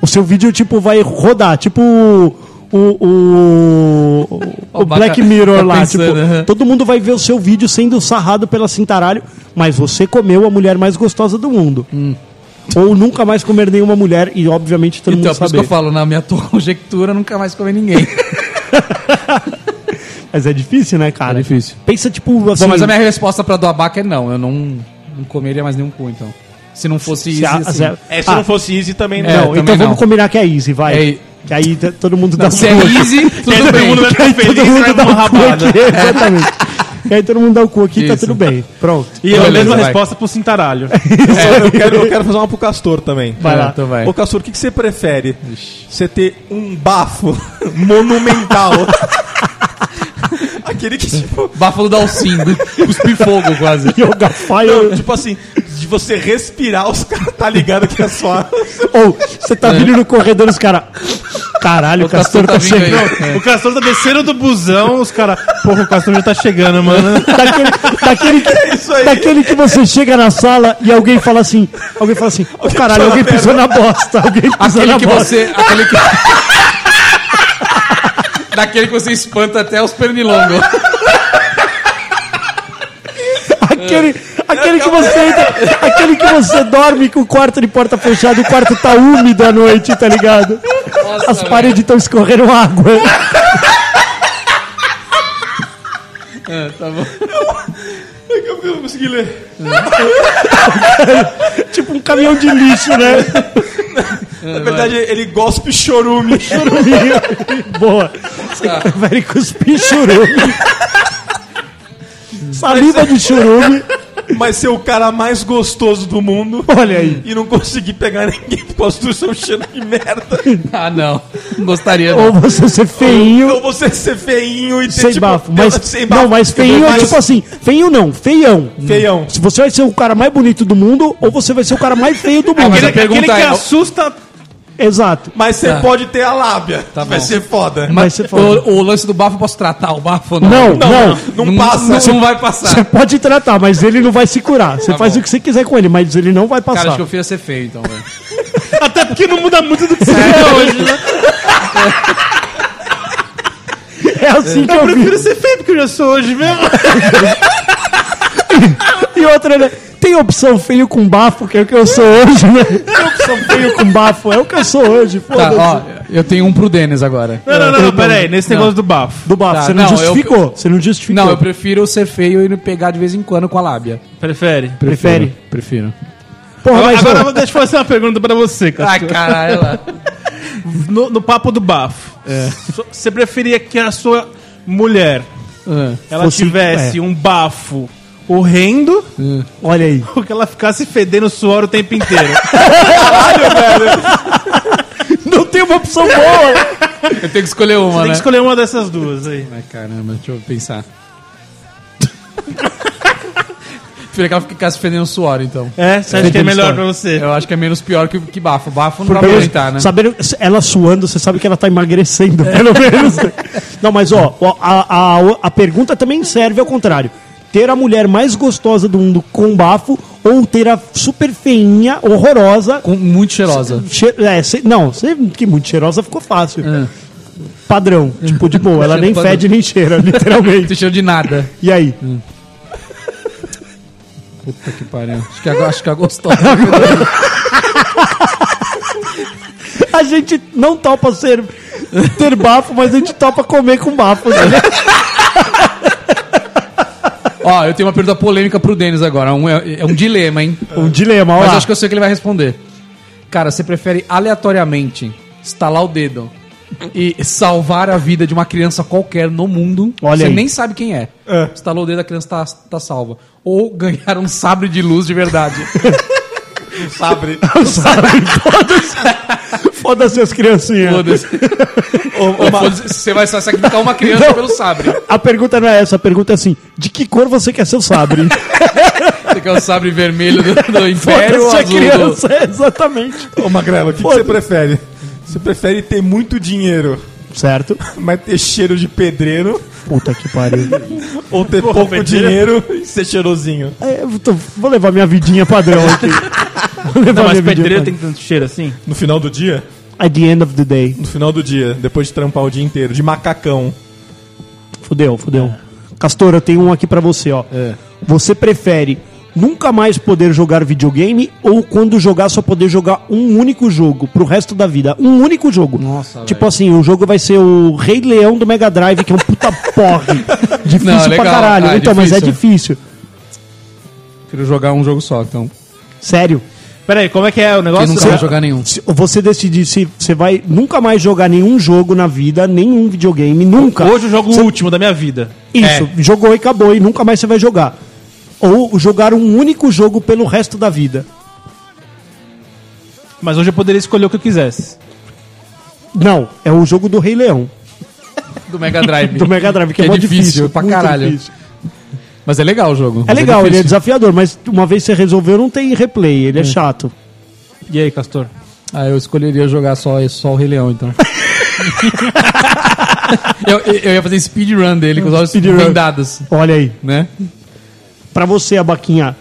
[SPEAKER 4] O seu vídeo, tipo, vai rodar. Tipo o. O, o, o
[SPEAKER 6] O Baca
[SPEAKER 4] Black Mirror
[SPEAKER 6] tá
[SPEAKER 4] lá.
[SPEAKER 6] pensando,
[SPEAKER 4] tipo,
[SPEAKER 6] aham.
[SPEAKER 4] Todo mundo vai ver o seu vídeo sendo sarrado pela cintaralho, mas você comeu a mulher mais gostosa do mundo.
[SPEAKER 6] Hum.
[SPEAKER 4] Ou nunca mais comer nenhuma mulher e, obviamente, todo
[SPEAKER 6] Então,
[SPEAKER 4] mundo
[SPEAKER 6] por isso que
[SPEAKER 4] saber.
[SPEAKER 6] eu falo, na minha (laughs) atual conjectura, nunca mais comer ninguém.
[SPEAKER 4] Mas é difícil, né, cara?
[SPEAKER 6] É difícil.
[SPEAKER 4] Pensa, tipo, assim...
[SPEAKER 6] Bom, mas a minha resposta pra do abaca é não. Eu não, não comeria mais nenhum cu, então. Se não fosse
[SPEAKER 4] se
[SPEAKER 6] isso,
[SPEAKER 4] a-
[SPEAKER 6] assim.
[SPEAKER 4] se a-
[SPEAKER 3] É, se
[SPEAKER 4] Ah,
[SPEAKER 3] não fosse easy também
[SPEAKER 5] né?
[SPEAKER 6] É,
[SPEAKER 4] não,
[SPEAKER 3] não.
[SPEAKER 6] também
[SPEAKER 4] então vamos
[SPEAKER 6] não.
[SPEAKER 4] combinar que é easy, vai.
[SPEAKER 6] É-
[SPEAKER 4] que aí t- todo mundo dá um
[SPEAKER 6] Não, se é
[SPEAKER 4] cu.
[SPEAKER 6] easy, tudo bem.
[SPEAKER 3] ficar
[SPEAKER 4] todo
[SPEAKER 3] e
[SPEAKER 4] mundo
[SPEAKER 3] vai
[SPEAKER 4] dá
[SPEAKER 5] um
[SPEAKER 3] tomar
[SPEAKER 4] o cu
[SPEAKER 3] rabada.
[SPEAKER 4] aqui, exatamente. E aí todo mundo dá o cu aqui, tá
[SPEAKER 6] Isso.
[SPEAKER 4] tudo bem. Pronto. (laughs)
[SPEAKER 5] E eu
[SPEAKER 6] Beleza,
[SPEAKER 5] mesmo a
[SPEAKER 6] vai.
[SPEAKER 5] resposta pro (laughs) cintaralho.
[SPEAKER 3] Eu, eu quero, eu quero fazer uma pro Castor também.
[SPEAKER 6] É,
[SPEAKER 4] Vai lá.
[SPEAKER 6] Então vai.
[SPEAKER 3] Ô Castor, o que, que você prefere? Você ter um bafo (laughs) monumental. (laughs) Aquele que, tipo,
[SPEAKER 6] Báfalo da Alcindo. Cuspir fogo, (laughs) quase.
[SPEAKER 4] Yoga Fire.
[SPEAKER 3] tipo assim, de você respirar, os caras tá ligado que é só. (laughs)
[SPEAKER 4] Ou você tá vindo no corredor os caras. Caralho, o Castor tá
[SPEAKER 6] vindo aí.
[SPEAKER 4] chegando.
[SPEAKER 6] É.
[SPEAKER 5] O Castor tá descendo do busão, os caras. Porra, o Castor já tá chegando, mano.
[SPEAKER 4] Daquele, daquele, tá que,
[SPEAKER 3] isso aí.
[SPEAKER 4] daquele que você chega na sala e alguém fala assim: Alguém fala assim, ô caralho, alguém pisou na bosta. Alguém pisou
[SPEAKER 6] Aquele
[SPEAKER 4] na
[SPEAKER 6] que
[SPEAKER 4] bosta.
[SPEAKER 6] você. Aquele que. (laughs) Daquele que você espanta até os pernilongos. (laughs)
[SPEAKER 4] Aquele, aquele que você entra- aquele que você dorme com o quarto de porta fechada e o quarto tá úmido à noite, tá ligado?
[SPEAKER 6] Nossa,
[SPEAKER 4] As
[SPEAKER 6] velho.
[SPEAKER 4] paredes estão escorrendo água.
[SPEAKER 3] Eu não consegui ler.
[SPEAKER 4] tipo um caminhão de lixo, né?
[SPEAKER 3] Na verdade, ele gospe chorume.
[SPEAKER 4] Churuminho. (laughs) Boa. Você prefere cuspir churume.
[SPEAKER 3] é
[SPEAKER 4] (laughs) Saliva de churume.
[SPEAKER 3] Mas ser o cara mais gostoso do mundo.
[SPEAKER 4] Olha aí.
[SPEAKER 3] E não conseguir pegar ninguém por causa do seu cheiro de merda.
[SPEAKER 6] Ah, não. Não gostaria, não.
[SPEAKER 4] Ou você ser feinho.
[SPEAKER 3] Ou Então, você ser feinho e ter
[SPEAKER 4] Sem
[SPEAKER 3] tipo,
[SPEAKER 4] bafo,
[SPEAKER 3] ter-
[SPEAKER 4] mas.
[SPEAKER 3] sem
[SPEAKER 4] Não, mas feinho é tipo assim. Feinho não, feião.
[SPEAKER 3] Feião.
[SPEAKER 4] Se você vai ser o cara mais bonito do mundo, ou você vai ser o cara mais feio do mundo.
[SPEAKER 6] Mas a
[SPEAKER 5] Aquele que
[SPEAKER 6] pergunta é.
[SPEAKER 5] assusta.
[SPEAKER 4] Exato.
[SPEAKER 3] Mas você pode ter a lábia.
[SPEAKER 6] Tá
[SPEAKER 3] vai
[SPEAKER 6] bom.
[SPEAKER 3] ser foda.
[SPEAKER 4] Mas
[SPEAKER 6] Mas
[SPEAKER 4] você falou.
[SPEAKER 6] o, o lance do bafo, eu posso tratar o bafo ou
[SPEAKER 4] Não,
[SPEAKER 6] não?
[SPEAKER 4] não.
[SPEAKER 3] Não, passa.
[SPEAKER 6] Não, não vai passar.
[SPEAKER 4] Você pode tratar, mas ele não vai se curar. Você
[SPEAKER 6] Tá
[SPEAKER 4] faz
[SPEAKER 6] bom.
[SPEAKER 4] o que você quiser com ele, mas ele não vai
[SPEAKER 6] Cara,
[SPEAKER 4] passar.
[SPEAKER 6] acho que eu fui a ser feio, então, velho.
[SPEAKER 5] (laughs)
[SPEAKER 6] Tá,
[SPEAKER 5] Até porque não muda muito do que você é hoje, né?
[SPEAKER 4] É assim que
[SPEAKER 5] Eu
[SPEAKER 4] eu vi.
[SPEAKER 5] prefiro ser feio porque eu já sou hoje (laughs) mesmo.
[SPEAKER 4] E outra, né? Tem opção feio com bafo, que é o que eu sou hoje, né? Tem opção feio com bafo, é o que eu sou hoje,
[SPEAKER 6] Tá,
[SPEAKER 4] foda-se.
[SPEAKER 6] ó, eu tenho um pro Denis agora. Então,
[SPEAKER 5] Não, não, não, Então, não, peraí. Nesse negócio do bafo.
[SPEAKER 4] Do bafo,
[SPEAKER 6] tá,
[SPEAKER 4] você não,
[SPEAKER 6] não, eu-
[SPEAKER 4] justificou, você não justificou.
[SPEAKER 6] Não, Tipo, eu prefiro ser feio e me pegar de vez em quando com a lábia.
[SPEAKER 5] Prefere?
[SPEAKER 4] Prefere?
[SPEAKER 6] Prefiro.
[SPEAKER 4] Porra,
[SPEAKER 5] Agora,
[SPEAKER 4] mas
[SPEAKER 5] agora
[SPEAKER 4] ó,
[SPEAKER 5] eu- deixa eu fazer uma pergunta pra você, cara.
[SPEAKER 6] Ai, caralho. lá.
[SPEAKER 5] No, no papo do bafo. so- Você preferia que a sua mulher
[SPEAKER 6] Ah,
[SPEAKER 5] ela
[SPEAKER 4] Fosse-
[SPEAKER 5] tivesse
[SPEAKER 4] é.
[SPEAKER 5] um bafo horrendo
[SPEAKER 4] olha aí.
[SPEAKER 5] (laughs) ou que ela ficasse fedendo suor o tempo (laughs) inteiro?
[SPEAKER 4] Não tem uma opção boa.
[SPEAKER 6] Eu tenho que escolher uma,
[SPEAKER 5] Tem que
[SPEAKER 6] né?
[SPEAKER 5] escolher uma dessas duas aí.
[SPEAKER 6] Ai, caramba, deixa eu pensar. (laughs) Prefiro que ela ficasse fedendo suor, então.
[SPEAKER 5] É, você acha que é melhor pra você?
[SPEAKER 6] Eu acho que é menos pior que, que bafo. Bafo não dá pra
[SPEAKER 4] Pelo-
[SPEAKER 6] aguentar, né?
[SPEAKER 4] Sabendo, ela suando, você sabe que ela tá emagrecendo, (laughs) pelo menos. Não, mas ó, ó, a, a, a pergunta também serve ao contrário. Ter a mulher mais gostosa do mundo com bafo ou ter a super feinha, horrorosa,
[SPEAKER 6] Com- muito cheirosa.
[SPEAKER 4] Che- é, se- não, se- que muito cheirosa ficou fácil. Padrão, tipo, de boa, ela nem
[SPEAKER 6] Cheiro padrão.
[SPEAKER 4] fede nem cheira,
[SPEAKER 6] Não (laughs)
[SPEAKER 4] literalmente.
[SPEAKER 6] tem cheiro de nada.
[SPEAKER 4] E aí?
[SPEAKER 6] Puta que pariu. Acho que agora acho que é gostosa.
[SPEAKER 4] A gente não topa ser, ter bafo, mas a gente topa comer com bafo. né?
[SPEAKER 6] Ó, eu tenho uma pergunta polêmica pro Denis agora. Um, é, é um dilema, hein?
[SPEAKER 4] Um dilema,
[SPEAKER 6] Mas
[SPEAKER 4] ó.
[SPEAKER 6] acho que eu sei o que ele vai responder. Cara, você prefere aleatoriamente estalar o dedo e salvar a vida de uma criança qualquer no mundo?
[SPEAKER 4] Olha
[SPEAKER 6] você
[SPEAKER 4] aí.
[SPEAKER 6] nem sabe quem é. Estalou o dedo, a criança tá, tá salva. Ou ganhar um sabre de luz
[SPEAKER 4] (laughs)
[SPEAKER 6] de verdade.
[SPEAKER 3] Sabre.
[SPEAKER 4] Foda-se as criancinhas.
[SPEAKER 6] Foda-se. Ou foda-se, Você vai só sacrificar uma criança
[SPEAKER 4] Não.
[SPEAKER 6] pelo sabre.
[SPEAKER 4] A pergunta não é essa, a pergunta é assim: de que cor você quer seu sabre?
[SPEAKER 6] Você quer o sabre vermelho do, do império
[SPEAKER 4] (laughs)
[SPEAKER 6] ou
[SPEAKER 4] Foda-se a
[SPEAKER 6] azul? do-
[SPEAKER 4] criança, (laughs) exatamente.
[SPEAKER 3] (laughs) Ô, Magrela, o que, que
[SPEAKER 4] Foda-se.
[SPEAKER 3] você prefere? Você prefere ter muito dinheiro
[SPEAKER 4] certo?
[SPEAKER 3] Mas ter cheiro de pedreiro
[SPEAKER 4] Puta que pariu.
[SPEAKER 3] ou ter pouco dinheiro (laughs) e ser cheirosinho.
[SPEAKER 4] É, eu tô- vou levar minha vidinha padrão aqui. Vou levar
[SPEAKER 5] Não, mas
[SPEAKER 4] minha vidinha
[SPEAKER 5] pedreiro tem
[SPEAKER 4] padrão.
[SPEAKER 5] tanto cheiro assim?
[SPEAKER 3] No final do dia?
[SPEAKER 4] At the end of the day.
[SPEAKER 3] No final do dia, depois de trampar o dia inteiro, de macacão.
[SPEAKER 4] Fudeu, fudeu. Castor, eu tenho um aqui pra você, ó. Você prefere nunca mais poder jogar videogame ou quando jogar só poder jogar um único jogo pro resto da vida? Um único jogo. Nossa, Tipo assim, o jogo vai ser o Rei Leão do Mega Drive, que é um puta porre. Difícil
[SPEAKER 6] Não, legal.
[SPEAKER 4] pra caralho.
[SPEAKER 6] Ah, é
[SPEAKER 4] então, mas é difícil.
[SPEAKER 6] Prefiro jogar um jogo só, então.
[SPEAKER 4] Sério.
[SPEAKER 5] Peraí, como é que é o
[SPEAKER 6] Quem
[SPEAKER 5] negócio?
[SPEAKER 6] nunca vai jogar
[SPEAKER 4] (laughs)
[SPEAKER 6] nenhum.
[SPEAKER 4] Se você decidir se você vai nunca mais jogar nenhum jogo na vida, nenhum videogame, nunca.
[SPEAKER 5] Hoje eu jogo o último da minha vida.
[SPEAKER 4] Isso, jogou e acabou e nunca mais você vai jogar. Ou jogar um único jogo pelo resto da vida.
[SPEAKER 5] É. Mas hoje eu poderia escolher o que eu quisesse.
[SPEAKER 4] Não, é o jogo do Rei Leão,
[SPEAKER 6] Do Mega Drive.
[SPEAKER 4] (laughs) do Mega Drive, que é,
[SPEAKER 6] Que é
[SPEAKER 4] mó
[SPEAKER 6] difícil
[SPEAKER 4] difícil,
[SPEAKER 6] pra
[SPEAKER 4] muito
[SPEAKER 6] caralho. Mas é legal o jogo.
[SPEAKER 4] É
[SPEAKER 6] mas
[SPEAKER 4] legal, ele é
[SPEAKER 6] difícil.
[SPEAKER 4] desafiador, mas uma vez você resolveu, não tem replay, ele é, chato.
[SPEAKER 5] E aí, Castor?
[SPEAKER 6] Ah, eu escolheria jogar só, só o Rei Leão, então. (laughs) eu, eu ia fazer speedrun dele com os olhos
[SPEAKER 4] Speedrun.
[SPEAKER 6] vendados,
[SPEAKER 4] Olha aí,
[SPEAKER 6] né?
[SPEAKER 4] pra você, Abaquinha,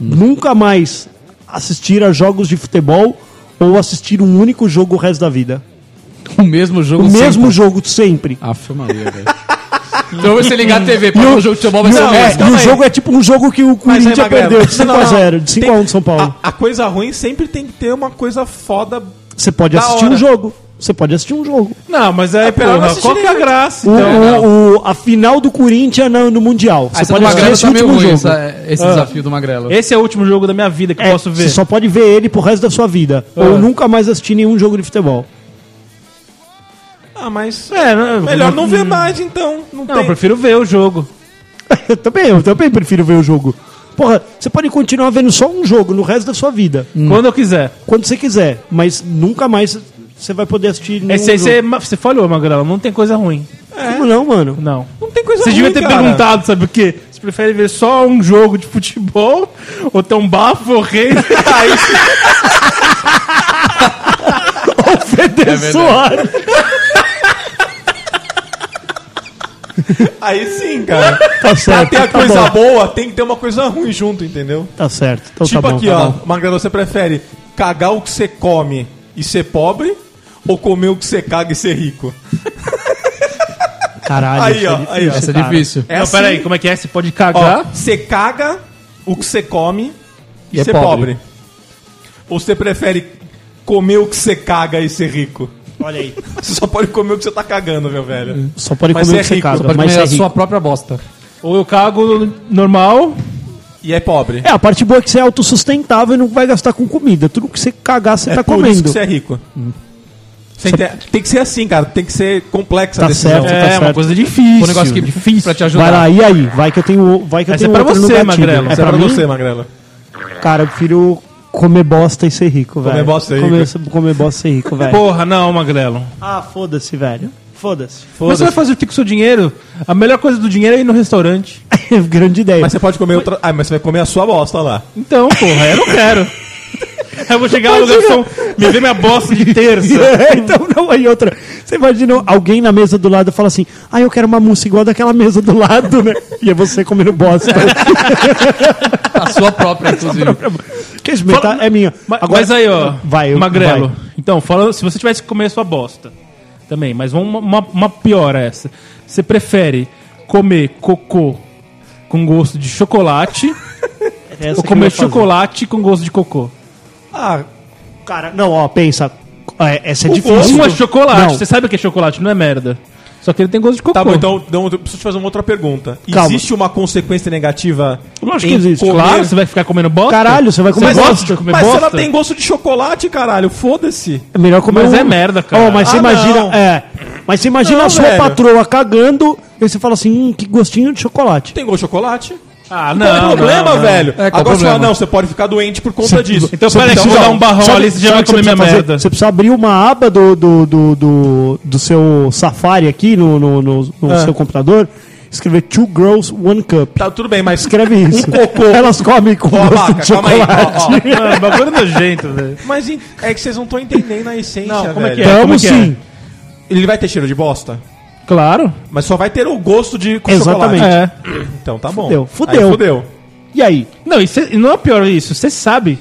[SPEAKER 4] nunca mais assistir a jogos de futebol ou assistir um único jogo o resto da vida.
[SPEAKER 6] O mesmo jogo
[SPEAKER 4] O mesmo
[SPEAKER 6] sempre. Ah,
[SPEAKER 4] jogo sempre.
[SPEAKER 6] Aff, Maria, velho. Então você ligar a TV pra
[SPEAKER 4] E
[SPEAKER 6] ver
[SPEAKER 4] o-
[SPEAKER 6] o jogo de futebol vai ser o
[SPEAKER 4] Não, é,
[SPEAKER 6] mesmo.
[SPEAKER 4] e o
[SPEAKER 3] aí.
[SPEAKER 4] jogo é tipo um jogo que o
[SPEAKER 3] Mas aí,
[SPEAKER 4] Corinthians
[SPEAKER 3] Magrelo,
[SPEAKER 4] perdeu de 5
[SPEAKER 3] não,
[SPEAKER 4] a
[SPEAKER 3] não,
[SPEAKER 4] 0, de 5 a 1 de São Paulo.
[SPEAKER 3] A, a coisa ruim sempre tem que ter uma coisa foda.
[SPEAKER 4] Você pode
[SPEAKER 3] Da
[SPEAKER 4] assistir um
[SPEAKER 3] hora.
[SPEAKER 4] jogo. Você pode assistir um jogo.
[SPEAKER 5] Não, mas é,
[SPEAKER 3] porra,
[SPEAKER 5] porra,
[SPEAKER 3] assisti
[SPEAKER 5] qual que é a
[SPEAKER 3] nenhum.
[SPEAKER 5] graça?
[SPEAKER 4] O-
[SPEAKER 5] então?
[SPEAKER 4] o- o- a final do Corinthians é no, no Mundial.
[SPEAKER 6] Ah,
[SPEAKER 4] Você
[SPEAKER 6] essa
[SPEAKER 4] pode
[SPEAKER 6] do
[SPEAKER 4] assistir
[SPEAKER 6] Magrelo
[SPEAKER 4] esse
[SPEAKER 6] tá meio
[SPEAKER 4] último
[SPEAKER 6] ruim,
[SPEAKER 4] jogo. Ah.
[SPEAKER 6] essa- esse desafio do Magrelo.
[SPEAKER 5] Esse é o último jogo da minha vida que
[SPEAKER 4] É,
[SPEAKER 5] eu posso ver.
[SPEAKER 4] Você só pode ver ele pro resto da sua vida. Ou nunca mais assistir nenhum jogo de futebol. (laughs)
[SPEAKER 3] Ah, mas.
[SPEAKER 5] É, não,
[SPEAKER 3] Melhor não
[SPEAKER 4] Hum.
[SPEAKER 3] ver mais, então. Não,
[SPEAKER 5] Não,
[SPEAKER 3] tem.
[SPEAKER 5] eu prefiro ver o jogo.
[SPEAKER 4] eu também, eu também prefiro ver o jogo. Porra, você pode continuar vendo só um jogo no resto da sua vida.
[SPEAKER 5] Quando eu quiser.
[SPEAKER 4] Quando você quiser. Mas nunca mais você vai poder assistir nenhum
[SPEAKER 5] Esse aí
[SPEAKER 4] jogo. É.
[SPEAKER 5] você, você falhou, Magrela. Não tem coisa ruim.
[SPEAKER 4] Como não, mano?
[SPEAKER 5] Não.
[SPEAKER 3] Não tem coisa
[SPEAKER 5] Você devia ter
[SPEAKER 3] cara.
[SPEAKER 5] perguntado, sabe o quê? Você prefere ver só um jogo de futebol (laughs) ou ter um bafo ou rei?
[SPEAKER 4] Feder Soares.
[SPEAKER 3] Aí sim, cara.
[SPEAKER 4] (laughs) Tá
[SPEAKER 3] Pra
[SPEAKER 4] certo.
[SPEAKER 3] ter a
[SPEAKER 4] tá
[SPEAKER 3] coisa
[SPEAKER 4] bom.
[SPEAKER 3] boa, tem que ter uma coisa ruim junto, entendeu?
[SPEAKER 4] Tá certo. Então
[SPEAKER 3] tipo
[SPEAKER 4] tá bom.
[SPEAKER 3] aqui, ó. Magrelo, você prefere cagar o que você come e ser pobre? Ou comer o que você caga e ser rico?
[SPEAKER 4] Caralho.
[SPEAKER 3] Aí,
[SPEAKER 4] isso
[SPEAKER 3] ó. Aí, ó.
[SPEAKER 6] Essa é
[SPEAKER 4] cara.
[SPEAKER 6] difícil.
[SPEAKER 3] É
[SPEAKER 5] não,
[SPEAKER 3] assim.
[SPEAKER 5] peraí, como (laughs) é que é? Você pode
[SPEAKER 3] Ó,
[SPEAKER 5] cagar?
[SPEAKER 3] você caga o que você come e,
[SPEAKER 6] E é
[SPEAKER 3] ser
[SPEAKER 6] pobre.
[SPEAKER 3] pobre. Ou você prefere comer o que você caga e ser rico?
[SPEAKER 4] Olha aí.
[SPEAKER 3] (laughs) Você só pode comer o que você tá cagando, meu velho.
[SPEAKER 4] Só pode
[SPEAKER 3] Mas
[SPEAKER 4] comer o
[SPEAKER 3] é
[SPEAKER 4] que você
[SPEAKER 3] rico,
[SPEAKER 4] caga,
[SPEAKER 3] só
[SPEAKER 6] Pode
[SPEAKER 4] mas
[SPEAKER 6] comer
[SPEAKER 4] é
[SPEAKER 6] a
[SPEAKER 4] rico.
[SPEAKER 6] sua própria bosta.
[SPEAKER 5] Ou eu cago normal?
[SPEAKER 3] E é pobre.
[SPEAKER 4] É, a parte boa é que você é autossustentável e não vai gastar com comida. Tudo que você cagar, você
[SPEAKER 3] É
[SPEAKER 4] tá
[SPEAKER 3] por isso
[SPEAKER 4] comendo. Hum.
[SPEAKER 3] que você é rico. Você
[SPEAKER 4] Você-
[SPEAKER 3] ente- Tem que ser assim, cara. Tem que ser complexa
[SPEAKER 4] Tá
[SPEAKER 3] a decisão.
[SPEAKER 4] certo.
[SPEAKER 5] É, uma
[SPEAKER 4] certo.
[SPEAKER 5] coisa difícil.
[SPEAKER 6] Um negócio que é difícil pra te ajudar.
[SPEAKER 4] Vai lá, e aí? Vai que eu tenho, vai que eu
[SPEAKER 5] Essa é
[SPEAKER 4] tenho
[SPEAKER 5] pra
[SPEAKER 4] outro no
[SPEAKER 5] você,
[SPEAKER 4] gatilho.
[SPEAKER 5] Magrelo.
[SPEAKER 4] É
[SPEAKER 5] Essa
[SPEAKER 3] Isso é
[SPEAKER 4] pra,
[SPEAKER 3] pra,
[SPEAKER 4] mim?
[SPEAKER 3] você, Magrela.
[SPEAKER 4] Cara, eu prefiro comer bosta e ser rico, velho.
[SPEAKER 3] bosta e ser
[SPEAKER 4] comer, Comer bosta e ser rico, velho.
[SPEAKER 5] Porra, não, Magrelo.
[SPEAKER 4] Ah, foda-se, velho. Foda-se.
[SPEAKER 5] Mas você vai fazer o que com o seu dinheiro? A melhor coisa do dinheiro é ir no restaurante.
[SPEAKER 4] (laughs) Grande ideia.
[SPEAKER 3] Mas você pode comer outra. Ah, mas você vai comer a sua bosta lá.
[SPEAKER 5] Então, porra, eu não quero. (laughs) eu vou chegar no lugar que são... Me vê minha bosta de (laughs) terça.
[SPEAKER 4] É, então não, aí outra. Você imagina alguém na mesa do lado fala assim: Ah, eu quero uma mousse igual daquela mesa do lado, né? (laughs) E é você comendo bosta.
[SPEAKER 6] A sua própria, inclusive.
[SPEAKER 4] Quer experimentar?
[SPEAKER 5] Fala-
[SPEAKER 4] É minha.
[SPEAKER 5] Ma-
[SPEAKER 4] Agora-
[SPEAKER 5] mas aí, ó,
[SPEAKER 4] Vai, eu-
[SPEAKER 5] Magrelo.
[SPEAKER 4] vai.
[SPEAKER 5] Então, fala, se você tivesse que comer a sua bosta também, mas uma, uma, uma pior é essa. Você prefere comer cocô com gosto de chocolate
[SPEAKER 4] (laughs) Essa que eu
[SPEAKER 5] ou comer
[SPEAKER 4] vou fazer.
[SPEAKER 5] chocolate com gosto de cocô?
[SPEAKER 3] Ah,
[SPEAKER 4] Cara, não, ó, pensa. É, Essa é difícil.
[SPEAKER 5] Um é chocolate,
[SPEAKER 4] Não.
[SPEAKER 5] você sabe o que é chocolate, não é merda. Só que ele tem gosto de cocô.
[SPEAKER 3] tá bom, então, então eu preciso te fazer uma outra pergunta.
[SPEAKER 4] Calma.
[SPEAKER 3] Existe uma consequência negativa?
[SPEAKER 4] Lógico
[SPEAKER 3] em
[SPEAKER 4] que existe.
[SPEAKER 3] comer-
[SPEAKER 5] Claro, você vai ficar comendo bosta?
[SPEAKER 4] Caralho, você vai comer
[SPEAKER 5] gosta
[SPEAKER 4] bosta?
[SPEAKER 5] de comer
[SPEAKER 3] mas se
[SPEAKER 5] bosta?
[SPEAKER 3] ela tem gosto de chocolate, caralho, foda-se.
[SPEAKER 4] É melhor comer
[SPEAKER 5] Mas é merda, cara.
[SPEAKER 4] Ó, mas você
[SPEAKER 3] Ah,
[SPEAKER 4] imagina.
[SPEAKER 3] não.
[SPEAKER 4] É. Mas você imagina
[SPEAKER 3] Não,
[SPEAKER 4] a sua
[SPEAKER 3] velho.
[SPEAKER 4] patroa cagando e você fala assim: hum, que gostinho de chocolate.
[SPEAKER 3] Tem gosto de chocolate?
[SPEAKER 5] Ah,
[SPEAKER 3] Não, é problema, velho.
[SPEAKER 6] É,
[SPEAKER 3] Agora
[SPEAKER 6] qual
[SPEAKER 3] você
[SPEAKER 6] o
[SPEAKER 3] fala,
[SPEAKER 6] problema?
[SPEAKER 3] não, você pode ficar doente por conta disso.
[SPEAKER 5] Então, peraí, que eu vou dar um barrão ali, você já vai
[SPEAKER 4] o que
[SPEAKER 5] comer
[SPEAKER 4] você precisa
[SPEAKER 5] minha
[SPEAKER 4] fazer?
[SPEAKER 5] merda.
[SPEAKER 4] Você precisa abrir uma aba do, do, do, do, do seu Safari aqui no, no, no- no
[SPEAKER 5] Ah.
[SPEAKER 4] seu computador, escrever Two Girls, One Cup.
[SPEAKER 3] Tá, tudo bem, mas
[SPEAKER 4] Escreve
[SPEAKER 5] (laughs) Um
[SPEAKER 4] isso.
[SPEAKER 3] cocô.
[SPEAKER 4] Elas comem com
[SPEAKER 3] Ó,
[SPEAKER 4] gosto
[SPEAKER 3] Abaca,
[SPEAKER 4] de
[SPEAKER 3] calma aí, ó, é
[SPEAKER 4] chocolate.
[SPEAKER 3] ó.
[SPEAKER 5] Mano, bagulho nojento, velho.
[SPEAKER 3] Mas em- é que vocês não estão entendendo a essência,
[SPEAKER 5] Não, como é
[SPEAKER 3] velho.
[SPEAKER 5] que é?
[SPEAKER 4] Tamo
[SPEAKER 5] que é?
[SPEAKER 4] sim.
[SPEAKER 3] Ele vai ter cheiro de bosta?
[SPEAKER 5] Claro.
[SPEAKER 3] Mas só vai ter o gosto de com
[SPEAKER 4] Exatamente.
[SPEAKER 3] chocolate.
[SPEAKER 5] É.
[SPEAKER 3] Então tá bom. Aí
[SPEAKER 4] Fudeu, fudeu.
[SPEAKER 3] fudeu.
[SPEAKER 4] E aí?
[SPEAKER 5] Não, e cê- e não é pior isso, você sabe.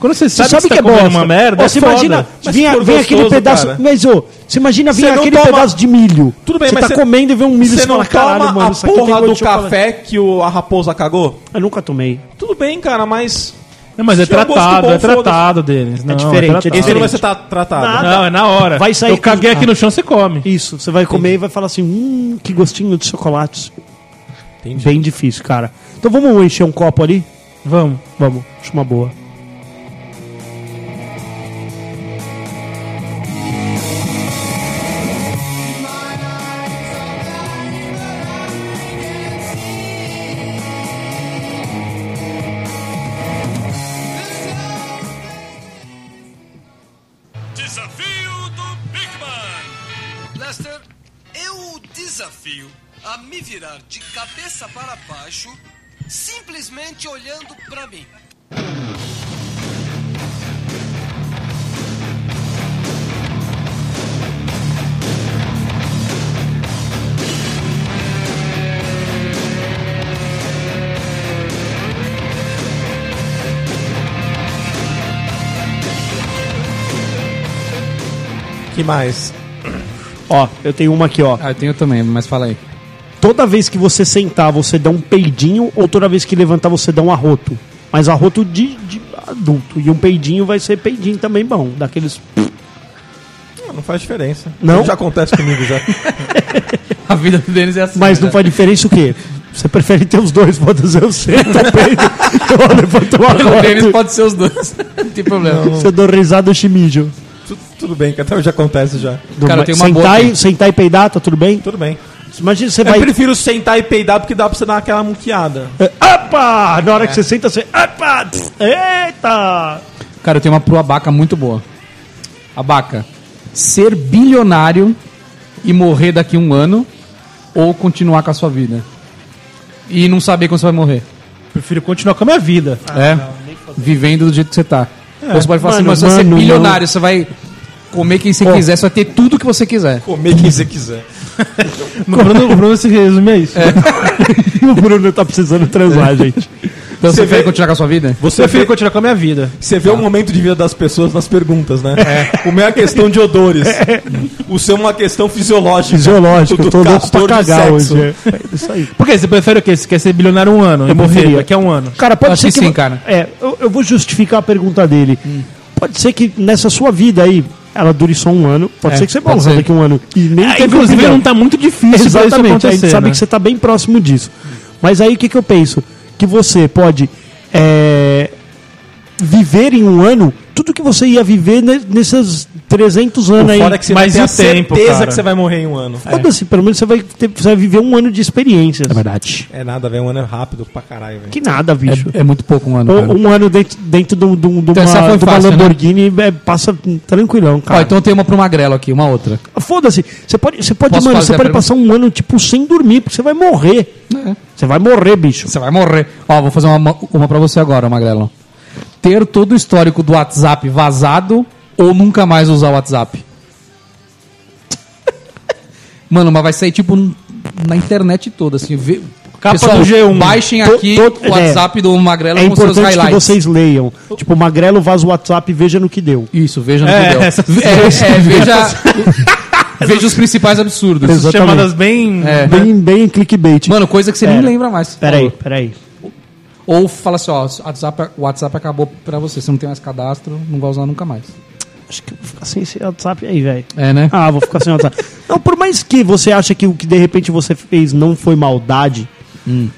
[SPEAKER 5] Quando você
[SPEAKER 4] Você
[SPEAKER 5] sabe,
[SPEAKER 4] sabe,
[SPEAKER 5] que,
[SPEAKER 4] que é
[SPEAKER 5] tá comendo
[SPEAKER 4] bosta.
[SPEAKER 5] uma merda,
[SPEAKER 4] Ô,
[SPEAKER 5] é
[SPEAKER 4] você
[SPEAKER 5] foda.
[SPEAKER 4] imagina,
[SPEAKER 3] Mas
[SPEAKER 4] vinha,
[SPEAKER 3] se for
[SPEAKER 4] vem aquele
[SPEAKER 3] gostoso,
[SPEAKER 4] pedaço.
[SPEAKER 3] cara.
[SPEAKER 4] Mas, ô, você imagina vir
[SPEAKER 3] Você não
[SPEAKER 4] aquele
[SPEAKER 3] toma-
[SPEAKER 4] pedaço de milho.
[SPEAKER 3] Tudo bem,
[SPEAKER 4] você
[SPEAKER 3] mas
[SPEAKER 4] tá
[SPEAKER 3] você-
[SPEAKER 4] comendo e vê um milho
[SPEAKER 3] Você
[SPEAKER 4] você
[SPEAKER 3] não
[SPEAKER 4] fala, caralho,
[SPEAKER 3] toma
[SPEAKER 4] mano, isso
[SPEAKER 3] a
[SPEAKER 4] aqui tem
[SPEAKER 3] porra
[SPEAKER 4] gosto
[SPEAKER 3] do
[SPEAKER 4] de chocolate."
[SPEAKER 3] café que o, a raposa cagou?
[SPEAKER 4] Eu nunca tomei.
[SPEAKER 3] Tudo bem, cara, mas.
[SPEAKER 5] Não, mas é
[SPEAKER 3] Se tiver um gosto
[SPEAKER 5] tratado,
[SPEAKER 3] bom,
[SPEAKER 5] é tratado deles. Não,
[SPEAKER 4] diferente, é
[SPEAKER 5] tratado.
[SPEAKER 3] Esse não vai
[SPEAKER 4] diferente.
[SPEAKER 3] ser tra- tratado.
[SPEAKER 4] Nada.
[SPEAKER 5] Não, é na hora.
[SPEAKER 4] Vai sair
[SPEAKER 5] Eu
[SPEAKER 4] com-
[SPEAKER 5] caguei aqui
[SPEAKER 4] Ah.
[SPEAKER 5] no chão, você come.
[SPEAKER 4] Isso, você vai comer e vai falar assim, hum, que gostinho de chocolate.
[SPEAKER 3] Entendi.
[SPEAKER 4] Bem difícil, cara. Então vamos encher um copo ali?
[SPEAKER 5] Vamos.
[SPEAKER 4] Vamos, acho uma boa.
[SPEAKER 9] Desafio do Big Man. Lester, eu o desafio a me virar de cabeça para baixo, simplesmente olhando para mim.
[SPEAKER 3] Que mais?
[SPEAKER 4] Ó, eu tenho uma aqui, ó.
[SPEAKER 6] Ah, eu tenho também, mas fala aí.
[SPEAKER 4] Toda vez que você sentar, você dá um peidinho, ou toda vez que levantar, você dá um arroto. Mas arroto de, de adulto. E um peidinho vai ser peidinho também bom. Daqueles.
[SPEAKER 3] Ah, Não, não faz diferença.
[SPEAKER 4] Não?
[SPEAKER 3] Já acontece comigo já. (laughs)
[SPEAKER 6] A vida do Denis é assim.
[SPEAKER 4] Mas não
[SPEAKER 6] né?
[SPEAKER 4] faz diferença o quê? Você prefere ter os dois, foda-se, eu (laughs) sento, eu peido, eu levanto o
[SPEAKER 6] (laughs) O Denis
[SPEAKER 4] arroto.
[SPEAKER 6] pode ser os dois. (laughs) não tem problema.
[SPEAKER 4] Você dá risada, eu chimijo.
[SPEAKER 3] Tu- tudo bem, que até já acontece já.
[SPEAKER 6] Cara, eu tenho uma É
[SPEAKER 4] sentar,
[SPEAKER 6] boa
[SPEAKER 4] e,
[SPEAKER 6] aqui.
[SPEAKER 4] sentar e peidar, tá tudo bem?
[SPEAKER 3] Tudo bem.
[SPEAKER 4] Imagina, você
[SPEAKER 3] Eu
[SPEAKER 4] vai...
[SPEAKER 3] prefiro sentar e peidar porque dá pra você dar aquela muqueada.
[SPEAKER 4] (laughs) Ah, Opa! Na hora que você senta, assim, você... Opa! Tss, Eita!
[SPEAKER 6] Cara, eu tenho uma pro Abaca muito boa. Abaca, ser bilionário e morrer daqui a um ano ou continuar com a sua vida? E não saber quando você vai morrer.
[SPEAKER 5] Prefiro continuar com a minha vida.
[SPEAKER 4] Ah,
[SPEAKER 6] é? vivendo do jeito que você tá. Ou você pode falar
[SPEAKER 4] É. Mano,
[SPEAKER 6] assim, mas você vai
[SPEAKER 4] mano,
[SPEAKER 6] ser bilionário, você vai comer quem você quiser, você vai ter tudo que você quiser.
[SPEAKER 3] Comer quem você quiser.
[SPEAKER 4] (laughs)
[SPEAKER 5] O Bruno, o Bruno se resume a isso.
[SPEAKER 4] É, o Bruno tá precisando
[SPEAKER 6] É.
[SPEAKER 4] transar, gente.
[SPEAKER 6] Então você,
[SPEAKER 3] Você
[SPEAKER 6] vai
[SPEAKER 3] vê-
[SPEAKER 6] continuar com a sua vida?
[SPEAKER 3] Você
[SPEAKER 5] Prefiro
[SPEAKER 3] vê,
[SPEAKER 5] continuar com a minha vida.
[SPEAKER 3] você vê o momento de vida das pessoas nas perguntas, né? O meu é questão de odores. O seu é uma questão fisiológica.
[SPEAKER 4] Fisiológico, eu tô louco
[SPEAKER 3] castor
[SPEAKER 4] pra
[SPEAKER 3] de
[SPEAKER 4] cagar
[SPEAKER 3] sexo.
[SPEAKER 4] hoje. É É isso aí.
[SPEAKER 5] Por quê? Você prefere o quê? Você quer ser bilionário um ano e
[SPEAKER 4] Eu
[SPEAKER 5] morrer
[SPEAKER 4] preferia.
[SPEAKER 5] daqui a um ano?
[SPEAKER 4] Cara, pode
[SPEAKER 6] Acho
[SPEAKER 4] ser
[SPEAKER 6] que
[SPEAKER 4] que...
[SPEAKER 6] sim,
[SPEAKER 4] vo-
[SPEAKER 6] cara. Hum.
[SPEAKER 4] É, eu, eu vou justificar a pergunta dele. Pode ser que nessa sua vida aí, ela dure só um ano. Pode
[SPEAKER 6] É,
[SPEAKER 4] ser que você
[SPEAKER 6] pode
[SPEAKER 4] morra
[SPEAKER 6] ser.
[SPEAKER 4] daqui a um ano. E nem
[SPEAKER 5] É,
[SPEAKER 4] teve um
[SPEAKER 5] inclusive,
[SPEAKER 4] bilhão.
[SPEAKER 5] não tá muito difícil pra isso
[SPEAKER 4] Exatamente, a gente
[SPEAKER 5] acontecer,
[SPEAKER 4] sabe
[SPEAKER 5] né?
[SPEAKER 4] que você está bem próximo disso. Mas aí o que, que eu penso? Que você pode é, viver em um ano tudo que você ia viver ne- nesses 300 anos aí.
[SPEAKER 3] Fora que você vai
[SPEAKER 5] Mas
[SPEAKER 3] ter
[SPEAKER 5] e
[SPEAKER 3] a
[SPEAKER 5] o tempo,
[SPEAKER 3] certeza
[SPEAKER 5] cara?
[SPEAKER 3] que você vai morrer em um ano.
[SPEAKER 4] Foda-se, pelo menos você vai, ter- você vai viver um ano de experiências. É verdade.
[SPEAKER 3] É nada, velho. Um ano é rápido pra caralho, velho.
[SPEAKER 4] Que nada, bicho.
[SPEAKER 6] É, é muito pouco um ano,
[SPEAKER 4] Ou
[SPEAKER 6] cara.
[SPEAKER 4] um ano dentro, dentro de, um- de um- de uma,
[SPEAKER 6] Então, essa foi
[SPEAKER 4] de uma
[SPEAKER 6] fácil, né?
[SPEAKER 4] Lamborghini é, passa tranquilão,
[SPEAKER 6] Ó,
[SPEAKER 4] cara.
[SPEAKER 6] então tem uma pro Magrelo aqui, uma outra.
[SPEAKER 4] Foda-se. Você pode, você pode,
[SPEAKER 6] Posso
[SPEAKER 4] mano,
[SPEAKER 6] fazer
[SPEAKER 4] você
[SPEAKER 6] a
[SPEAKER 4] pode
[SPEAKER 6] pergunta?
[SPEAKER 4] passar um ano, tipo, sem dormir, porque você vai morrer. Você vai morrer, bicho.
[SPEAKER 6] Você vai morrer. Ó, vou fazer uma, uma pra você agora, Magrelo. Ter todo o histórico do WhatsApp vazado ou nunca mais usar o WhatsApp? (laughs) Mano, mas vai sair tipo n- na internet toda, assim. Vê...
[SPEAKER 5] Capa do G1.
[SPEAKER 6] Baixem
[SPEAKER 4] um. To-
[SPEAKER 6] aqui
[SPEAKER 4] to-
[SPEAKER 6] o WhatsApp do Magrelo
[SPEAKER 4] É importante que vocês leiam. Tipo, Magrelo vaza o WhatsApp e veja no que deu.
[SPEAKER 6] Isso, veja no
[SPEAKER 5] É,
[SPEAKER 6] que deu.
[SPEAKER 5] essa-
[SPEAKER 6] (laughs) É,
[SPEAKER 4] (laughs)
[SPEAKER 6] é, veja, (laughs) veja os principais absurdos.
[SPEAKER 4] Exato. Exatamente.
[SPEAKER 5] Chamadas bem...
[SPEAKER 6] É.
[SPEAKER 4] Bem, bem clickbait.
[SPEAKER 6] Mano, coisa que você nem
[SPEAKER 4] Pera.
[SPEAKER 6] lembra mais.
[SPEAKER 4] peraí, peraí.
[SPEAKER 6] Ou fala assim, ó, o WhatsApp, o WhatsApp acabou pra você, você não tem mais cadastro, não vai usar nunca mais.
[SPEAKER 4] Acho que eu vou ficar sem esse WhatsApp aí, velho.
[SPEAKER 6] É, né?
[SPEAKER 4] Ah, vou ficar sem WhatsApp. não, por mais que você ache que o que de repente você fez não foi maldade,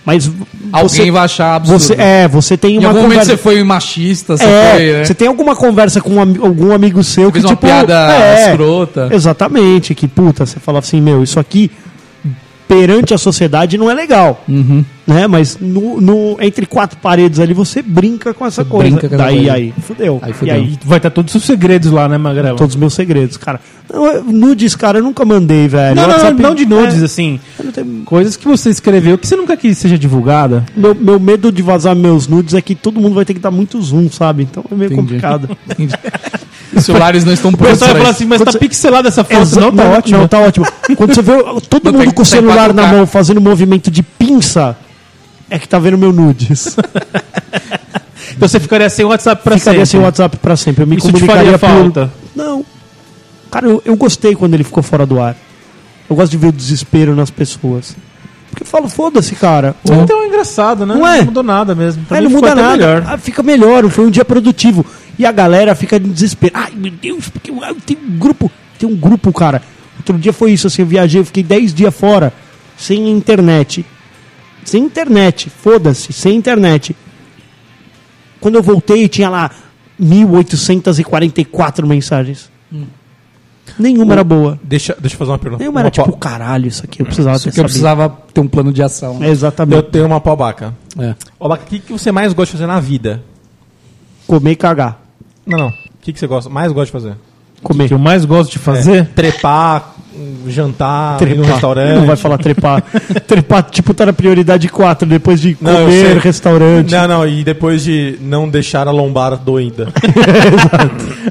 [SPEAKER 4] mas v-
[SPEAKER 6] Hum. Alguém
[SPEAKER 4] você,
[SPEAKER 6] vai achar absurdo.
[SPEAKER 4] você é, você tem
[SPEAKER 6] em
[SPEAKER 4] uma
[SPEAKER 6] algum momento
[SPEAKER 4] conversa.
[SPEAKER 6] você foi machista, você
[SPEAKER 4] é,
[SPEAKER 6] foi, né?
[SPEAKER 4] você tem alguma conversa com um ami- algum amigo seu
[SPEAKER 6] fez
[SPEAKER 4] que
[SPEAKER 6] uma
[SPEAKER 4] tipo
[SPEAKER 6] piada
[SPEAKER 4] é,
[SPEAKER 6] escrota.
[SPEAKER 4] Exatamente, que puta, você fala assim, meu, isso aqui perante a sociedade não é legal,
[SPEAKER 6] Uhum.
[SPEAKER 4] né? Mas no, no- entre quatro paredes ali você brinca com essa
[SPEAKER 6] Você
[SPEAKER 4] coisa.
[SPEAKER 6] brinca com essa
[SPEAKER 4] Daí
[SPEAKER 6] coisa.
[SPEAKER 4] aí, fudeu.
[SPEAKER 6] Aí fudeu.
[SPEAKER 4] E
[SPEAKER 5] E vai estar todos os segredos lá, né, Magrela?
[SPEAKER 4] todos os meus segredos, cara. Não, eu- nudes, cara, eu nunca mandei, velho.
[SPEAKER 5] Não, não, não,
[SPEAKER 4] WhatsApp-
[SPEAKER 5] não de nudes,
[SPEAKER 4] é,
[SPEAKER 5] assim.
[SPEAKER 4] eu não tenho-
[SPEAKER 5] Coisas que você escreveu que você nunca quis que seja divulgada.
[SPEAKER 4] meu, meu medo de vazar meus nudes é que todo mundo vai ter que dar muito zoom, sabe? Então é meio
[SPEAKER 6] (laughs) Entendi.
[SPEAKER 4] complicado.
[SPEAKER 6] Entendi. Os celulares não estão
[SPEAKER 5] O
[SPEAKER 6] prontos
[SPEAKER 5] pessoal ia
[SPEAKER 6] pra
[SPEAKER 5] falar
[SPEAKER 6] isso.
[SPEAKER 5] assim, mas tá pixelada essa foto,
[SPEAKER 4] Exa-
[SPEAKER 5] não tá
[SPEAKER 4] não,
[SPEAKER 5] ótimo.
[SPEAKER 4] Não, tá ótimo. Quando você vê todo
[SPEAKER 6] Não,
[SPEAKER 4] mundo
[SPEAKER 6] tem-
[SPEAKER 4] com o
[SPEAKER 6] tem
[SPEAKER 4] celular na
[SPEAKER 6] 4K.
[SPEAKER 4] mão fazendo movimento de pinça, é que tá vendo meu nudes.
[SPEAKER 5] Então você ficaria sem WhatsApp (laughs) pra
[SPEAKER 4] Ficaria
[SPEAKER 5] sempre.
[SPEAKER 4] sem WhatsApp pra sempre. Eu me
[SPEAKER 5] Isso te
[SPEAKER 4] comunicaria
[SPEAKER 5] faria falta?
[SPEAKER 4] Não. Cara, eu, eu gostei quando ele ficou fora do ar. Eu gosto de ver o desespero nas pessoas. Porque eu falo, foda-se, cara. Ou-
[SPEAKER 5] Então é engraçado, né?
[SPEAKER 4] Não é?
[SPEAKER 5] Não mudou nada mesmo. Pra
[SPEAKER 4] Ah,
[SPEAKER 5] mim
[SPEAKER 4] não
[SPEAKER 5] ficou
[SPEAKER 4] muda
[SPEAKER 5] até
[SPEAKER 4] nada.
[SPEAKER 5] melhor.
[SPEAKER 4] Ah, fica melhor, foi um dia produtivo. E a galera fica em desespero. Ai, meu Deus, porque eu, ah, tem um grupo. Tem um grupo, cara. Outro dia foi isso, assim, eu viajei, eu fiquei 10 dias fora, sem internet. Sem internet, foda-se, sem internet. Quando eu voltei, tinha lá 1.844 mensagens. Nenhuma era boa.
[SPEAKER 3] Deixa, deixa eu fazer uma pergunta.
[SPEAKER 4] Hum. Nenhuma era
[SPEAKER 3] Uma
[SPEAKER 4] tipo,
[SPEAKER 3] pa-
[SPEAKER 4] caralho, isso aqui eu precisava
[SPEAKER 6] Isso
[SPEAKER 4] ter
[SPEAKER 6] que eu
[SPEAKER 4] sabido.
[SPEAKER 6] precisava ter um plano de ação.
[SPEAKER 4] É,
[SPEAKER 3] Eu
[SPEAKER 4] exatamente.
[SPEAKER 3] tenho uma pau abaca.
[SPEAKER 6] É.
[SPEAKER 3] Ô, Abaca, o que, que você mais gosta de fazer na vida?
[SPEAKER 4] Comer e cagar.
[SPEAKER 3] Não, não. O que, que você gosta, mais gosta de fazer? É,
[SPEAKER 5] O que eu mais gosto de fazer...
[SPEAKER 4] É.
[SPEAKER 3] Trepar, hum, jantar, ir no
[SPEAKER 4] Trepar.
[SPEAKER 3] restaurante.
[SPEAKER 4] Não vai falar trepar. trepar, tipo, tá na prioridade 4, depois de
[SPEAKER 3] Não, eu sei.
[SPEAKER 4] comer, restaurante.
[SPEAKER 3] Não, não, e depois de não deixar a lombar doida.
[SPEAKER 5] (laughs)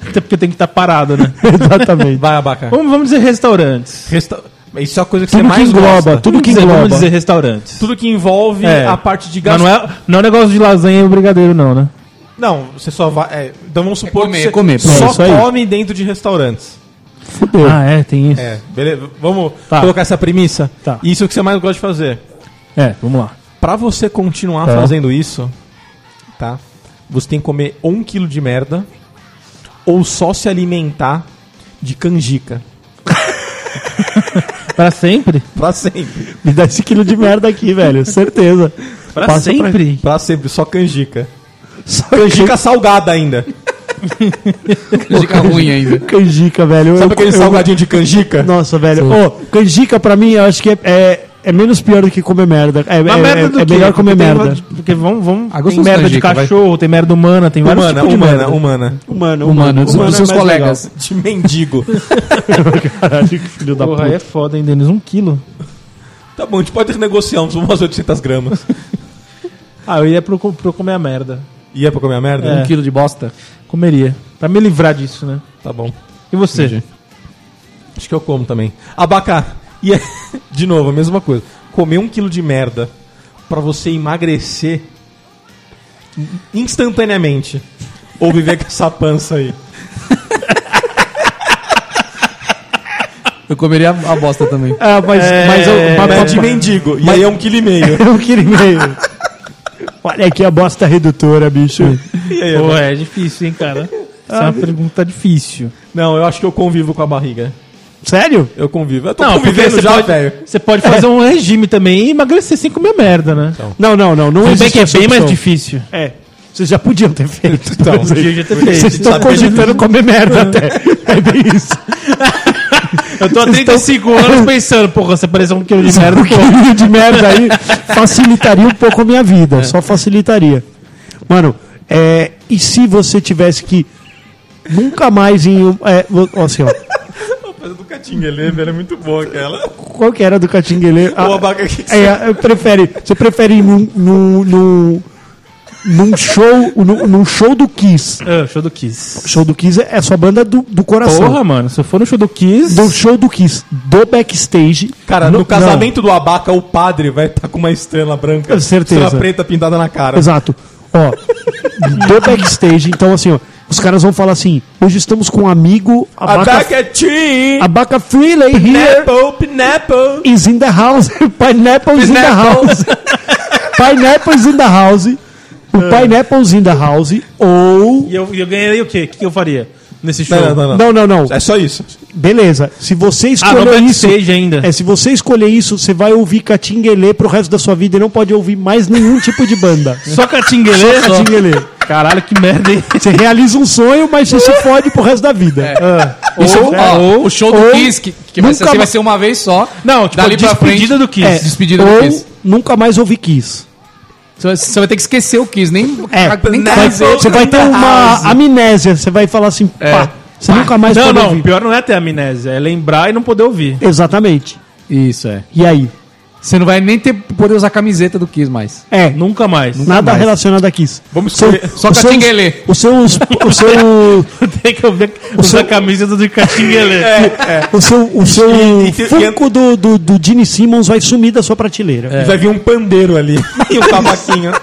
[SPEAKER 5] Até porque tem que estar parado, né?
[SPEAKER 4] (laughs) Exatamente.
[SPEAKER 3] Vai, abaca.
[SPEAKER 5] vamos, vamos dizer restaurantes.
[SPEAKER 3] Resta... Isso é a coisa que
[SPEAKER 4] Tudo
[SPEAKER 3] você
[SPEAKER 4] que
[SPEAKER 3] mais
[SPEAKER 4] engloba,
[SPEAKER 3] gosta.
[SPEAKER 4] tudo
[SPEAKER 5] Vamos
[SPEAKER 4] que
[SPEAKER 5] dizer,
[SPEAKER 4] engloba.
[SPEAKER 5] Vamos dizer restaurantes.
[SPEAKER 3] Tudo que envolve a parte de
[SPEAKER 5] Mas
[SPEAKER 3] gasto.
[SPEAKER 5] não é, não é negócio de lasanha e brigadeiro, não, né?
[SPEAKER 3] Não, você só vai. é, então vamos supor
[SPEAKER 6] comer,
[SPEAKER 3] que você
[SPEAKER 6] comer,
[SPEAKER 4] é
[SPEAKER 3] só
[SPEAKER 4] isso aí.
[SPEAKER 3] come dentro de restaurantes.
[SPEAKER 4] Fudeu.
[SPEAKER 5] Ah, é, tem isso. É,
[SPEAKER 3] É, beleza. Vamos
[SPEAKER 4] Tá.
[SPEAKER 3] colocar essa premissa?
[SPEAKER 4] Tá.
[SPEAKER 3] Isso é o que você mais gosta de fazer.
[SPEAKER 5] É, vamos lá.
[SPEAKER 3] Pra você continuar
[SPEAKER 5] Tá.
[SPEAKER 3] fazendo isso, tá? Você tem que comer um quilo de merda ou só se alimentar de canjica.
[SPEAKER 5] Pra sempre?
[SPEAKER 3] Pra sempre.
[SPEAKER 4] Me dá esse quilo de merda aqui, velho. Certeza.
[SPEAKER 5] Pra
[SPEAKER 4] Passa pra-
[SPEAKER 5] sempre?
[SPEAKER 3] Pra sempre, só canjica.
[SPEAKER 4] Só
[SPEAKER 3] Canjica salgada ainda.
[SPEAKER 6] Dica ruim ainda.
[SPEAKER 4] canjica, velho.
[SPEAKER 3] Sabe
[SPEAKER 4] Eu-
[SPEAKER 3] aquele
[SPEAKER 4] eu-
[SPEAKER 3] salgadinho de canjica?
[SPEAKER 4] Nossa, velho. Ô, canjica pra mim, eu acho que é, é, é menos pior do que comer merda. É, é,
[SPEAKER 5] Mas
[SPEAKER 4] é- é
[SPEAKER 5] quê?
[SPEAKER 4] melhor comer
[SPEAKER 5] Porque tem-
[SPEAKER 4] merda.
[SPEAKER 5] Porque vamos. vamos
[SPEAKER 6] Ah,
[SPEAKER 5] tem
[SPEAKER 6] gostoso
[SPEAKER 5] merda de
[SPEAKER 6] canjica, vai.
[SPEAKER 5] cachorro, tem merda humana,
[SPEAKER 4] é
[SPEAKER 5] um tem vários
[SPEAKER 3] Humana,
[SPEAKER 4] tipo
[SPEAKER 5] tipos de
[SPEAKER 3] humana,
[SPEAKER 5] merda.
[SPEAKER 3] humana.
[SPEAKER 4] Humano,
[SPEAKER 6] Humano, dos
[SPEAKER 4] humano é
[SPEAKER 6] seus
[SPEAKER 4] mais
[SPEAKER 6] colegas.
[SPEAKER 3] De mendigo.
[SPEAKER 4] legal. Caralho, que filho da
[SPEAKER 5] Porra, aí é
[SPEAKER 4] puta.
[SPEAKER 5] foda, hein, Denis? Um quilo.
[SPEAKER 3] tá bom, a gente pode negociar uns umas 800 gramas.
[SPEAKER 5] Ah, eu ia pro, pro comer a merda.
[SPEAKER 3] E é pra comer a merda?
[SPEAKER 6] Um quilo de bosta.
[SPEAKER 5] Comeria. Pra me livrar disso, né?
[SPEAKER 3] Tá bom.
[SPEAKER 5] E você?
[SPEAKER 3] Acho que eu como também. Abacá. E é- (laughs) de novo, a mesma coisa. Comer um quilo de merda pra você emagrecer instantaneamente. Ou viver com essa pança aí.
[SPEAKER 6] Eu comeria a, a bosta também.
[SPEAKER 4] Ah, mas, mas eu. mas-
[SPEAKER 3] Mas é de mendigo. E aí é um quilo e meio.
[SPEAKER 4] É um quilo e meio. Olha aqui a bosta redutora, bicho.
[SPEAKER 3] E aí,
[SPEAKER 5] Pô,
[SPEAKER 3] Abaca?
[SPEAKER 5] é difícil, hein, cara? Essa é uma pergunta difícil.
[SPEAKER 3] Não, eu acho que eu convivo com a barriga.
[SPEAKER 4] Sério?
[SPEAKER 3] Eu convivo. Eu tô
[SPEAKER 5] Não, porque
[SPEAKER 3] convivendo
[SPEAKER 5] você
[SPEAKER 3] já,
[SPEAKER 5] pode-
[SPEAKER 3] velho.
[SPEAKER 5] Você pode fazer (laughs) um regime também e emagrecer sem comer merda, né?
[SPEAKER 4] Não, não, não. Não
[SPEAKER 5] Tudo bem
[SPEAKER 4] existe
[SPEAKER 5] que é
[SPEAKER 4] essa
[SPEAKER 5] bem mais
[SPEAKER 4] opção.
[SPEAKER 5] difícil.
[SPEAKER 4] É. Vocês já podiam ter feito.
[SPEAKER 3] Então,
[SPEAKER 4] Mas aí-
[SPEAKER 5] podia já ter feito.
[SPEAKER 4] Vocês estão
[SPEAKER 3] Sabe?
[SPEAKER 4] tá cogitando comer merda até. É bem (laughs) isso.
[SPEAKER 5] Eu tô há 35 anos pensando, porra, se aparecer um quilo de merda,
[SPEAKER 4] Um
[SPEAKER 5] pô.
[SPEAKER 4] quilo de merda aí facilitaria um pouco a minha vida. Só facilitaria. Mano, é, e se você tivesse que nunca mais em um. É, vo- ó, assim, ó,
[SPEAKER 3] Mas do Catinguelê, velho, é muito boa aquela.
[SPEAKER 4] qual que era do Catinguelê?
[SPEAKER 3] Ô, Abaca, que que
[SPEAKER 4] É, eu prefere, você prefere ir num, num, num, num show num, num show do Kiss.
[SPEAKER 5] Ah, show do Kiss.
[SPEAKER 4] Show do Kiss é a sua banda do, do coração.
[SPEAKER 5] Porra, mano, se eu for no show do Kiss.
[SPEAKER 4] Do show do Kiss, do backstage.
[SPEAKER 3] Cara, no,
[SPEAKER 4] não-
[SPEAKER 3] casamento do Abaca, o padre vai estar com uma estrela branca.
[SPEAKER 4] Com certeza.
[SPEAKER 3] Estrela preta pintada na cara.
[SPEAKER 4] Exato. Ó, do backstage, então assim, ó, os caras vão falar assim: hoje estamos com um amigo, Abaca,
[SPEAKER 3] Abaca tree!
[SPEAKER 4] Abaca Freeley here
[SPEAKER 3] Pineapple, pineapple!
[SPEAKER 4] is in the house. (laughs) Pineapples in the
[SPEAKER 3] Pineapple.
[SPEAKER 4] house. Pineapples in the house. O Pineapples in the house. Ou.
[SPEAKER 5] E eu, e eu ganharia o quê? O que que eu faria nesse show?
[SPEAKER 3] Não, não, não.
[SPEAKER 4] Não, não, não.
[SPEAKER 3] É só isso.
[SPEAKER 4] Beleza. Se você
[SPEAKER 5] Ah, não
[SPEAKER 4] escolher isso.
[SPEAKER 5] backstage ainda.
[SPEAKER 4] É, se você escolher isso, você vai ouvir Catinguelê pro resto da sua vida e não pode ouvir mais nenhum tipo de banda.
[SPEAKER 5] Só catinguelê?
[SPEAKER 4] Só catinguelê.
[SPEAKER 5] Caralho, que merda, hein?
[SPEAKER 4] Você realiza um sonho, mas você se fode pro resto da vida. Ah,
[SPEAKER 6] Isso,
[SPEAKER 4] ou-
[SPEAKER 6] ó,
[SPEAKER 4] ou-
[SPEAKER 6] É. o show do
[SPEAKER 4] ou
[SPEAKER 6] Kiss, que, que vai, ser,
[SPEAKER 4] nunca
[SPEAKER 6] assim, vai
[SPEAKER 4] mais-
[SPEAKER 6] ser uma vez só.
[SPEAKER 5] Não, tipo,
[SPEAKER 6] dali pra
[SPEAKER 5] despedida
[SPEAKER 6] frente,
[SPEAKER 5] do Kiss.
[SPEAKER 4] É,
[SPEAKER 6] despedida do
[SPEAKER 4] ou
[SPEAKER 6] Kiss.
[SPEAKER 4] nunca mais ouvir Kiss.
[SPEAKER 6] Você vai, você vai ter que esquecer o Kiss, nem.
[SPEAKER 4] É,
[SPEAKER 6] nem
[SPEAKER 4] vai- você vai ter uma amnésia, você vai falar assim,
[SPEAKER 6] É.
[SPEAKER 4] pá, você nunca mais
[SPEAKER 5] não,
[SPEAKER 4] pode
[SPEAKER 5] não,
[SPEAKER 4] ouvir.
[SPEAKER 5] pior não é ter amnésia, é lembrar e não poder ouvir.
[SPEAKER 4] Exatamente.
[SPEAKER 6] Isso, é.
[SPEAKER 4] E aí?
[SPEAKER 6] Você não vai nem ter, poder usar a camiseta do Kiss mais.
[SPEAKER 4] É,
[SPEAKER 5] Nunca mais.
[SPEAKER 4] nada relacionado a Kiss.
[SPEAKER 3] Vamos
[SPEAKER 4] Seu-
[SPEAKER 3] escolher.
[SPEAKER 6] Só
[SPEAKER 4] os seus-
[SPEAKER 6] (laughs) Catinguelê.
[SPEAKER 4] O seu, o seu
[SPEAKER 5] (laughs) Tem que eu ver usar a camisa do Catinguelê.
[SPEAKER 4] O seu, o seu
[SPEAKER 3] E- e- e-
[SPEAKER 4] Funko do, do, do Gene Simmons vai sumir da sua prateleira.
[SPEAKER 6] É.
[SPEAKER 3] E vai vir um pandeiro
[SPEAKER 4] (laughs)
[SPEAKER 3] ali e um cavaquinho.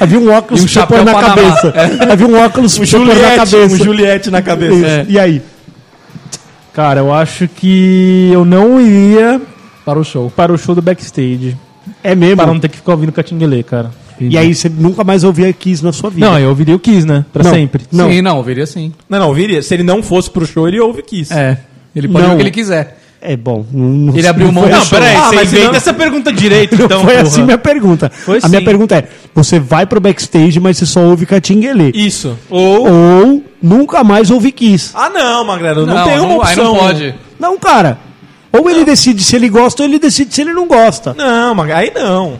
[SPEAKER 4] Havia um óculos
[SPEAKER 6] E um
[SPEAKER 4] que você põe
[SPEAKER 6] chapéu
[SPEAKER 4] na
[SPEAKER 6] Panamá. É.
[SPEAKER 4] cabeça. Havia um óculos que você põe na cabeça.
[SPEAKER 3] um Juliette na cabeça.
[SPEAKER 4] Isso. E aí?
[SPEAKER 5] Cara, eu acho que eu não iria
[SPEAKER 6] Para o show.
[SPEAKER 5] para o show do backstage.
[SPEAKER 4] É mesmo?
[SPEAKER 5] Para um não ter que ficar ouvindo Catinguelê, cara.
[SPEAKER 4] E aí você nunca mais ouvia Kiss na sua vida.
[SPEAKER 5] Não, eu ouviria o Kiss, né? Pra
[SPEAKER 4] Não.
[SPEAKER 5] sempre.
[SPEAKER 4] Não.
[SPEAKER 6] Sim, não, ouviria sim.
[SPEAKER 3] Não, não, viria. Se ele não fosse pro show, ele ouve Kiss.
[SPEAKER 6] É. Ele pode
[SPEAKER 4] Não.
[SPEAKER 6] ver o que ele quiser.
[SPEAKER 4] É bom. não- não-
[SPEAKER 6] Ele abriu
[SPEAKER 4] não
[SPEAKER 6] mão
[SPEAKER 4] foi
[SPEAKER 6] da-
[SPEAKER 4] assim-
[SPEAKER 6] Não, peraí,
[SPEAKER 5] Ah,
[SPEAKER 3] você Ah, inventa
[SPEAKER 5] essa pergunta (laughs) direito,
[SPEAKER 3] então,
[SPEAKER 4] Não foi assim minha pergunta.
[SPEAKER 5] Foi
[SPEAKER 4] a minha
[SPEAKER 5] sim.
[SPEAKER 4] pergunta é: você vai pro backstage, mas você só ouve Catinguelê.
[SPEAKER 3] Isso. Ou...
[SPEAKER 4] Ou nunca mais ouve Kiss.
[SPEAKER 3] Ah, não, Magrelo, não, tem uma
[SPEAKER 6] aí
[SPEAKER 3] opção.
[SPEAKER 6] não pode.
[SPEAKER 4] Não, cara. Ou ele decide se ele gosta ou ele decide se ele não gosta.
[SPEAKER 3] Não, mas aí não.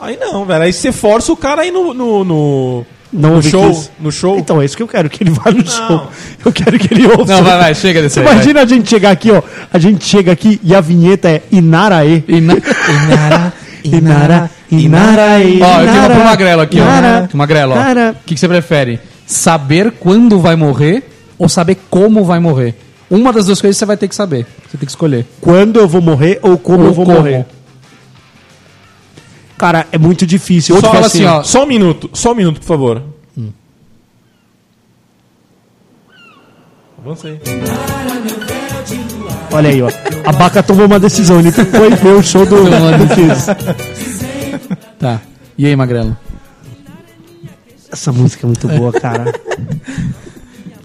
[SPEAKER 3] Aí não, velho. Aí você força o cara aí no. No, no,
[SPEAKER 4] Não
[SPEAKER 3] no
[SPEAKER 4] ouve
[SPEAKER 3] show.
[SPEAKER 4] Kiss.
[SPEAKER 3] No show.
[SPEAKER 4] Então é isso que eu quero, que ele vá no
[SPEAKER 3] Não.
[SPEAKER 4] show. Eu quero que ele ouça.
[SPEAKER 6] Não, vai, vai, chega desse
[SPEAKER 4] Você
[SPEAKER 6] aí. vai.
[SPEAKER 4] imagina a gente chegar aqui, ó. A gente chega aqui e a vinheta é Inaraê.
[SPEAKER 6] E na-
[SPEAKER 4] (laughs) Inara, Inaraê.
[SPEAKER 6] Ó, eu tenho uma
[SPEAKER 4] Inara,
[SPEAKER 6] pro Magrelo aqui,
[SPEAKER 4] Inara,
[SPEAKER 6] ó. Magrelo, ó.
[SPEAKER 4] Inara.
[SPEAKER 6] O que, que você prefere? Saber quando vai morrer ou saber como vai morrer? Uma das duas coisas você vai ter que saber. Você tem que escolher.
[SPEAKER 4] Quando eu vou morrer ou como
[SPEAKER 6] Ou
[SPEAKER 4] eu vou
[SPEAKER 6] como.
[SPEAKER 4] morrer? Cara, é muito difícil.
[SPEAKER 6] Só
[SPEAKER 4] Outro
[SPEAKER 6] fala assim, ó.
[SPEAKER 3] Só um minuto, só um minuto, por favor.
[SPEAKER 4] Hum.
[SPEAKER 3] Avancei.
[SPEAKER 4] Olha aí, ó. A Baca tomou uma decisão. Ele foi ver o show
[SPEAKER 6] (laughs)
[SPEAKER 4] do, do Kiss.
[SPEAKER 6] Tá. E aí, Magrelo?
[SPEAKER 4] Essa música é muito boa, cara.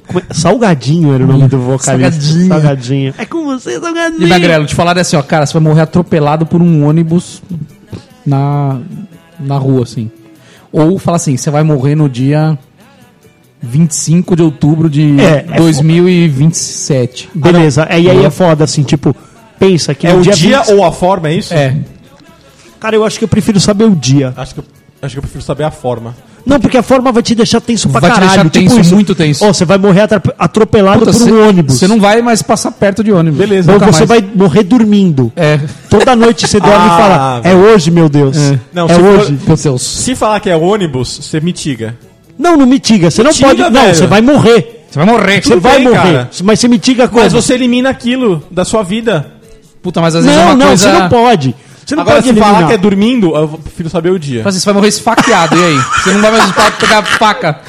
[SPEAKER 4] Como é- Salgadinho era o nome do vocalista.
[SPEAKER 6] Salgadinho.
[SPEAKER 4] Salgadinho. É com você,
[SPEAKER 6] E
[SPEAKER 4] Salgadinho.
[SPEAKER 6] Magrelo, te falaram assim, ó, cara, você vai morrer atropelado por um ônibus na, na rua, assim. Ou fala assim, você vai morrer no dia 25 de outubro de
[SPEAKER 4] É, é
[SPEAKER 6] 2027.
[SPEAKER 4] Beleza. É, e aí é foda, assim, tipo, pensa que
[SPEAKER 3] É
[SPEAKER 4] no
[SPEAKER 3] o dia
[SPEAKER 4] 20
[SPEAKER 3] ou a forma, é isso?
[SPEAKER 6] É.
[SPEAKER 4] Cara, eu acho que eu prefiro saber o dia.
[SPEAKER 3] Acho que, eu, acho que eu prefiro saber a forma.
[SPEAKER 4] Não, porque a forma vai te deixar tenso pra
[SPEAKER 6] Vai te
[SPEAKER 4] caralho. Tipo
[SPEAKER 6] deixar tenso,
[SPEAKER 4] isso.
[SPEAKER 6] muito tenso.
[SPEAKER 4] Ó, você vai morrer atrap- atropelado
[SPEAKER 6] Puta,
[SPEAKER 4] por um
[SPEAKER 6] cê-
[SPEAKER 4] ônibus.
[SPEAKER 6] Você não vai mais passar perto de ônibus.
[SPEAKER 3] Beleza.
[SPEAKER 4] Ou
[SPEAKER 6] Nunca
[SPEAKER 4] você
[SPEAKER 6] mais.
[SPEAKER 4] vai morrer dormindo.
[SPEAKER 6] É.
[SPEAKER 4] Toda noite você dorme
[SPEAKER 3] (laughs) Ah,
[SPEAKER 4] e fala, é
[SPEAKER 3] velho.
[SPEAKER 4] hoje, meu Deus. É,
[SPEAKER 3] Não, se for-
[SPEAKER 4] hoje.
[SPEAKER 6] Meu Deus.
[SPEAKER 3] Se falar que é ônibus, você mitiga.
[SPEAKER 4] Não, não mitiga. Você não
[SPEAKER 3] Mitiga,
[SPEAKER 4] pode. Não,
[SPEAKER 3] velho. É
[SPEAKER 4] você vai morrer.
[SPEAKER 6] Você vai morrer.
[SPEAKER 4] Você
[SPEAKER 3] Tudo
[SPEAKER 4] vai
[SPEAKER 3] bem,
[SPEAKER 4] morrer.
[SPEAKER 3] cara.
[SPEAKER 4] Mas você mitiga como?
[SPEAKER 3] Mas você elimina aquilo da sua vida.
[SPEAKER 6] Puta, mas às vezes é
[SPEAKER 4] Não,
[SPEAKER 6] uma
[SPEAKER 4] não,
[SPEAKER 6] coisa...
[SPEAKER 4] você não pode. Você não
[SPEAKER 3] Agora,
[SPEAKER 4] pode
[SPEAKER 3] se
[SPEAKER 4] eliminar. (laughs)
[SPEAKER 3] falar que é dormindo, eu prefiro saber o dia.
[SPEAKER 6] Fala assim, Você vai morrer esfaqueado, e aí? Você não vai mais pra- pegar faca.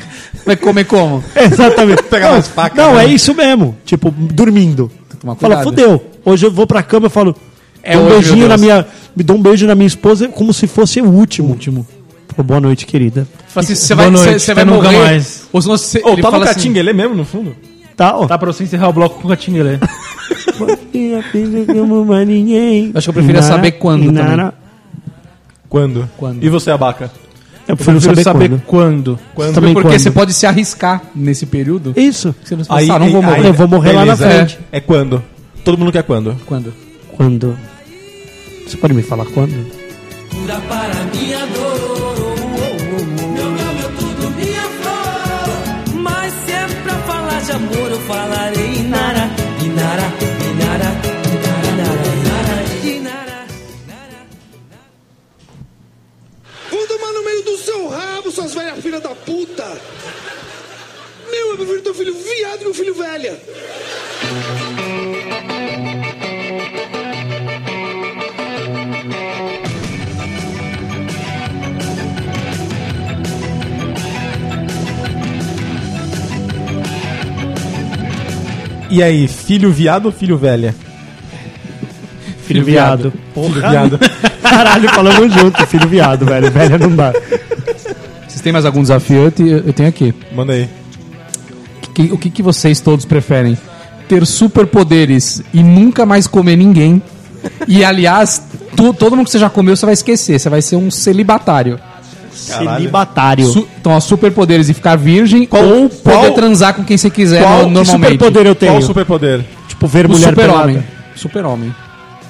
[SPEAKER 6] Vai comer como?
[SPEAKER 4] Exatamente.
[SPEAKER 3] Pegar
[SPEAKER 4] não,
[SPEAKER 3] umas facas,
[SPEAKER 4] não
[SPEAKER 3] né?
[SPEAKER 4] é isso mesmo. Tipo, dormindo.
[SPEAKER 6] tomar
[SPEAKER 4] Fala,
[SPEAKER 6] cuidado.
[SPEAKER 4] fudeu. Hoje eu vou pra cama e falo.
[SPEAKER 6] É
[SPEAKER 4] dou um
[SPEAKER 6] hoje,
[SPEAKER 4] beijinho
[SPEAKER 6] meu
[SPEAKER 4] na
[SPEAKER 6] Deus.
[SPEAKER 4] minha. Me dou um beijo na minha esposa como se fosse o último.
[SPEAKER 6] Último.
[SPEAKER 4] Pô, boa noite, querida.
[SPEAKER 6] Fala assim, você
[SPEAKER 5] Boa
[SPEAKER 6] vai,
[SPEAKER 5] noite,
[SPEAKER 6] você- você
[SPEAKER 5] até
[SPEAKER 6] vai
[SPEAKER 5] nunca
[SPEAKER 6] morrer.
[SPEAKER 5] mais.
[SPEAKER 6] Ou senão você,
[SPEAKER 3] Ou
[SPEAKER 6] ele
[SPEAKER 3] tá no
[SPEAKER 4] um
[SPEAKER 6] fala assim,
[SPEAKER 3] Catinguelê mesmo, no fundo?
[SPEAKER 4] Tá, ó.
[SPEAKER 5] Tá pra você encerrar o bloco com o Catinguelê.
[SPEAKER 6] Acho que eu preferia saber quando
[SPEAKER 3] Quando?
[SPEAKER 6] Quando?
[SPEAKER 3] E você, Abaca?
[SPEAKER 4] Eu prefiro saber,
[SPEAKER 5] Prefiro saber
[SPEAKER 4] quando.
[SPEAKER 5] quando.
[SPEAKER 3] Quando?
[SPEAKER 4] Também
[SPEAKER 6] porque
[SPEAKER 4] quando.
[SPEAKER 6] você pode se arriscar nesse período.
[SPEAKER 4] Isso.
[SPEAKER 6] Você não se
[SPEAKER 3] Aí,
[SPEAKER 6] pensa, ah, não vou
[SPEAKER 3] aí-
[SPEAKER 6] morrer.
[SPEAKER 4] Eu vou morrer lá na
[SPEAKER 6] Beleza,
[SPEAKER 4] frente.
[SPEAKER 3] É quando? Todo mundo quer quando?
[SPEAKER 6] Quando?
[SPEAKER 4] Quando? Você pode me falar quando?
[SPEAKER 2] Mas se é pra falar de amor, eu falarei Inara, Inara, Inara, Inara, Inara, Inara, Inara.
[SPEAKER 9] Vou tomar no meio do seu rabo, suas velhas filhas da puta! Meu, eu prefiro teu filho viado que meu filho velha!
[SPEAKER 3] E aí, filho viado ou filho velha?
[SPEAKER 4] Filho viado.
[SPEAKER 3] Filho viado.
[SPEAKER 4] Caralho, falando junto, filho viado, velho. Velho não dá.
[SPEAKER 6] Vocês têm mais algum desafio? Eu, te- eu tenho aqui.
[SPEAKER 3] Manda aí.
[SPEAKER 6] Que- o que, que vocês todos preferem? Ter superpoderes e nunca mais comer ninguém. E aliás, tu- todo mundo que você já comeu, você vai esquecer. Você vai ser um celibatário.
[SPEAKER 3] Caralho.
[SPEAKER 4] Celibatário.
[SPEAKER 6] Su- então, ó, superpoderes e ficar virgem ou poder
[SPEAKER 3] qual-
[SPEAKER 6] transar com quem você quiser
[SPEAKER 3] qual-
[SPEAKER 6] no-
[SPEAKER 3] que
[SPEAKER 6] normalmente.
[SPEAKER 4] superpoder eu tenho?
[SPEAKER 3] Qual o superpoder?
[SPEAKER 4] Tipo, ver
[SPEAKER 6] O
[SPEAKER 4] mulher
[SPEAKER 6] super-homem.
[SPEAKER 4] pelada.
[SPEAKER 6] Super-homem.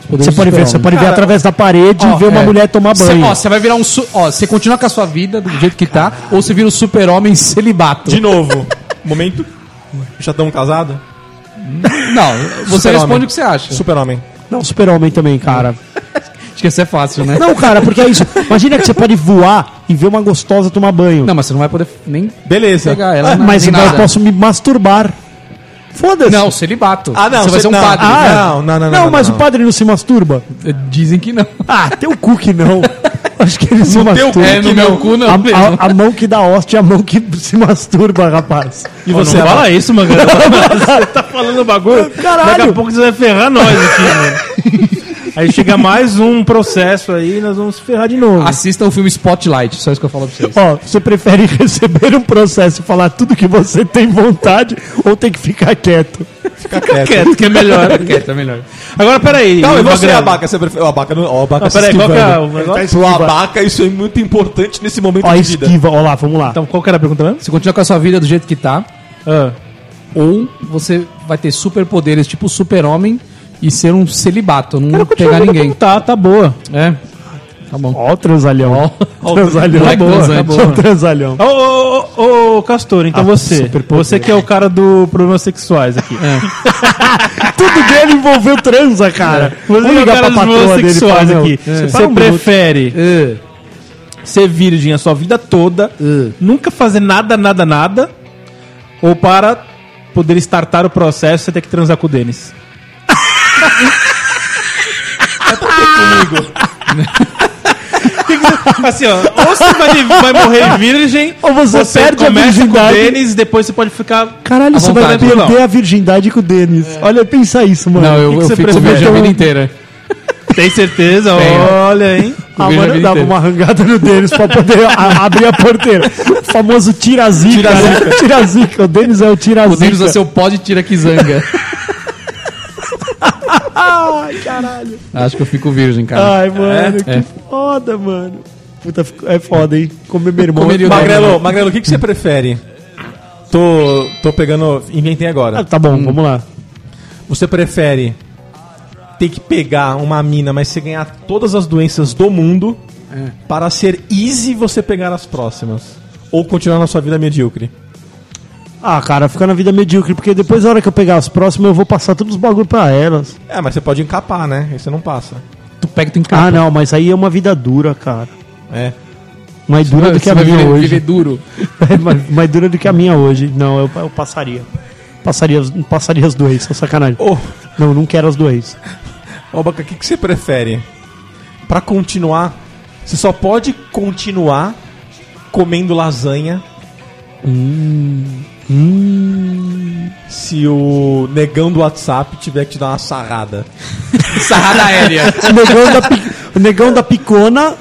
[SPEAKER 4] Você pode ver, você pode ver
[SPEAKER 3] Cara,
[SPEAKER 4] através da parede e
[SPEAKER 6] Ó,
[SPEAKER 4] ver uma
[SPEAKER 6] é.
[SPEAKER 4] mulher tomar
[SPEAKER 6] Cê-
[SPEAKER 4] banho.
[SPEAKER 6] ó, você vai virar um. su- Ó, você continua com a sua vida do jeito que tá, ou você vira um super-homem celibato.
[SPEAKER 3] De novo. Momento. Já estão casado?
[SPEAKER 6] Não, você
[SPEAKER 3] Super-homem.
[SPEAKER 6] responde o que você acha.
[SPEAKER 3] Super-homem.
[SPEAKER 4] Não, super-homem também, cara.
[SPEAKER 6] Acho que isso é fácil, né?
[SPEAKER 4] Não, cara, porque é isso. Imagina que você pode voar e ver uma gostosa tomar banho.
[SPEAKER 6] Não, mas você não vai poder nem
[SPEAKER 3] Beleza.
[SPEAKER 6] pegar ela.
[SPEAKER 4] Ah,
[SPEAKER 6] nem
[SPEAKER 4] mas então
[SPEAKER 6] nada.
[SPEAKER 4] eu posso me masturbar. Foda-se.
[SPEAKER 6] Não, celibato.
[SPEAKER 3] Ah, não,
[SPEAKER 6] Você vai
[SPEAKER 3] cê-
[SPEAKER 6] ser um
[SPEAKER 3] não.
[SPEAKER 6] padre.
[SPEAKER 5] é?
[SPEAKER 3] Ah, Não,
[SPEAKER 6] né?
[SPEAKER 3] não, não,
[SPEAKER 4] Não,
[SPEAKER 3] não, não,
[SPEAKER 4] mas
[SPEAKER 3] não.
[SPEAKER 4] o padre não se masturba.
[SPEAKER 6] Dizem que não.
[SPEAKER 4] Ah, teu cu que não. (laughs) Acho que ele se masturba.
[SPEAKER 6] É, no meu cu não.
[SPEAKER 4] A-
[SPEAKER 6] mesmo.
[SPEAKER 4] a, a mão que dá hóstia é a mão que (laughs) se masturba, rapaz.
[SPEAKER 5] E você
[SPEAKER 3] Abaca?
[SPEAKER 5] fala
[SPEAKER 4] (laughs)
[SPEAKER 5] isso, mano. você tá falando bagulho.
[SPEAKER 4] Caralho.
[SPEAKER 5] Daqui a pouco você vai ferrar nós aqui, mano.
[SPEAKER 4] (laughs)
[SPEAKER 5] Aí chega mais um processo aí e nós vamos ferrar de novo.
[SPEAKER 6] Assistam o filme Spotlight, só isso que eu falo pra (laughs) vocês.
[SPEAKER 4] Ó, você prefere (laughs) receber um processo e falar tudo que você tem vontade ou tem que ficar quieto?
[SPEAKER 3] Fica quieto.
[SPEAKER 5] que é melhor.
[SPEAKER 6] Quieto, (laughs) é melhor.
[SPEAKER 5] Agora, peraí.
[SPEAKER 3] Calma, e você,
[SPEAKER 5] Magrelo.
[SPEAKER 3] Abaca? Você prefere... O Abaca não... O Abaca
[SPEAKER 5] Ah,
[SPEAKER 3] se
[SPEAKER 5] peraí, qual que é
[SPEAKER 3] esquivando.
[SPEAKER 5] o negócio?
[SPEAKER 3] Pro Abaca, isso é muito importante nesse momento
[SPEAKER 4] Tá Ó,
[SPEAKER 3] de vida.
[SPEAKER 4] esquiva, ó lá, vamos lá.
[SPEAKER 5] Então, qual que era a pergunta mesmo?
[SPEAKER 6] Você continua com a sua vida do jeito que tá,
[SPEAKER 5] Ah,
[SPEAKER 6] ou você vai ter superpoderes tipo super-homem e ser um celibato, não pegar ninguém.
[SPEAKER 5] tá, tá boa.
[SPEAKER 6] É. Tá bom.
[SPEAKER 4] Ó, o transalhão. Ó, transalhão.
[SPEAKER 6] moleque
[SPEAKER 4] Boa,
[SPEAKER 6] transante.
[SPEAKER 4] boa. Ó, o transalhão.
[SPEAKER 5] Ô, ô, ô, ô, Castor, então
[SPEAKER 4] Ah, né?
[SPEAKER 5] você.
[SPEAKER 4] superpoder.
[SPEAKER 5] Você que é o cara do problemas sexuais aqui.
[SPEAKER 4] É. Tudo dele envolveu transa, cara. Vamos
[SPEAKER 5] Você que é o
[SPEAKER 4] ligar pra
[SPEAKER 5] cara dos
[SPEAKER 4] patroa
[SPEAKER 5] problemas
[SPEAKER 4] dele e falar,
[SPEAKER 5] sexuais
[SPEAKER 4] meu,
[SPEAKER 5] aqui.
[SPEAKER 4] é.
[SPEAKER 5] Você prefere
[SPEAKER 6] É.
[SPEAKER 5] ser virgem a sua vida toda,
[SPEAKER 4] Hum.
[SPEAKER 5] nunca fazer nada, nada, nada, ou para poder startar o processo, você ter que transar com
[SPEAKER 3] (laughs)
[SPEAKER 5] o Denis?
[SPEAKER 3] Tá
[SPEAKER 5] comigo. (laughs) assim, ó, ou você vai, vai morrer virgem,
[SPEAKER 4] Ou você perde a
[SPEAKER 5] começa com o
[SPEAKER 4] virgindade.
[SPEAKER 5] Denis, depois você pode ficar...
[SPEAKER 4] Caralho,
[SPEAKER 6] À
[SPEAKER 4] você vai
[SPEAKER 6] vontade. É.
[SPEAKER 4] perder
[SPEAKER 5] Não.
[SPEAKER 4] a virgindade com o Denis. Olha, pensa isso, mano.
[SPEAKER 6] Não,
[SPEAKER 4] O que
[SPEAKER 6] eu,
[SPEAKER 4] que
[SPEAKER 6] eu
[SPEAKER 4] você
[SPEAKER 6] fico
[SPEAKER 4] prefere? Então,
[SPEAKER 6] virgem a vida inteira.
[SPEAKER 5] Tem certeza?
[SPEAKER 6] Tenho.
[SPEAKER 5] Olha, hein?
[SPEAKER 4] Ah,
[SPEAKER 6] Veja a
[SPEAKER 4] mano,
[SPEAKER 6] vida
[SPEAKER 4] dava
[SPEAKER 6] inteira.
[SPEAKER 4] uma arrancada no Denis pra poder a- abrir a porteira. O famoso tira-zica. Tira-zica. O Denis é o tira-zica.
[SPEAKER 6] O Denis é seu pó de (laughs) tiraquizanga.
[SPEAKER 4] Ai, caralho.
[SPEAKER 6] Acho que eu fico virgem, cara.
[SPEAKER 4] Ai, mano, que
[SPEAKER 6] é.
[SPEAKER 4] foda, mano. Puta, fico- é foda, hein? Comer meu irmão. é
[SPEAKER 6] Comeria o
[SPEAKER 3] Magrelo, Magrelo, o que, que você prefere? Tô, tô pegando... Inventei
[SPEAKER 4] Ah,
[SPEAKER 3] agora.
[SPEAKER 4] tá
[SPEAKER 6] Hum.
[SPEAKER 4] bom, vamos lá.
[SPEAKER 3] Você prefere ter que pegar uma mina, mas você ganhar todas as doenças do mundo para ser easy você pegar as próximas? Ou continuar na sua vida medíocre?
[SPEAKER 4] Ah, cara, ficar na vida medíocre, porque depois, na hora que eu pegar as próximas, eu vou passar todos os bagulho pra elas.
[SPEAKER 3] É, mas você pode encapar, né? Aí você não passa.
[SPEAKER 6] Tu pega, tu encapa.
[SPEAKER 4] Ah, não, mas aí é uma vida dura, cara.
[SPEAKER 3] É.
[SPEAKER 4] Mais dura do que
[SPEAKER 6] Você
[SPEAKER 4] a
[SPEAKER 6] vai
[SPEAKER 4] minha
[SPEAKER 6] viver,
[SPEAKER 4] hoje.
[SPEAKER 6] viver duro.
[SPEAKER 4] (laughs) É mais, mais dura do que a minha hoje. Não, eu, eu passaria. Passaria, as- passaria as doenças, sacanagem.
[SPEAKER 3] Ô,
[SPEAKER 4] Não, não quero as doenças.
[SPEAKER 3] ô Baca, o que, que você prefere? Pra continuar, você só pode continuar comendo lasanha.
[SPEAKER 4] Hum,
[SPEAKER 3] Se o negão do WhatsApp tiver que te dar uma sarrada.
[SPEAKER 6] Sarrada (laughs) aérea.
[SPEAKER 4] O negão da, pi- o negão da picona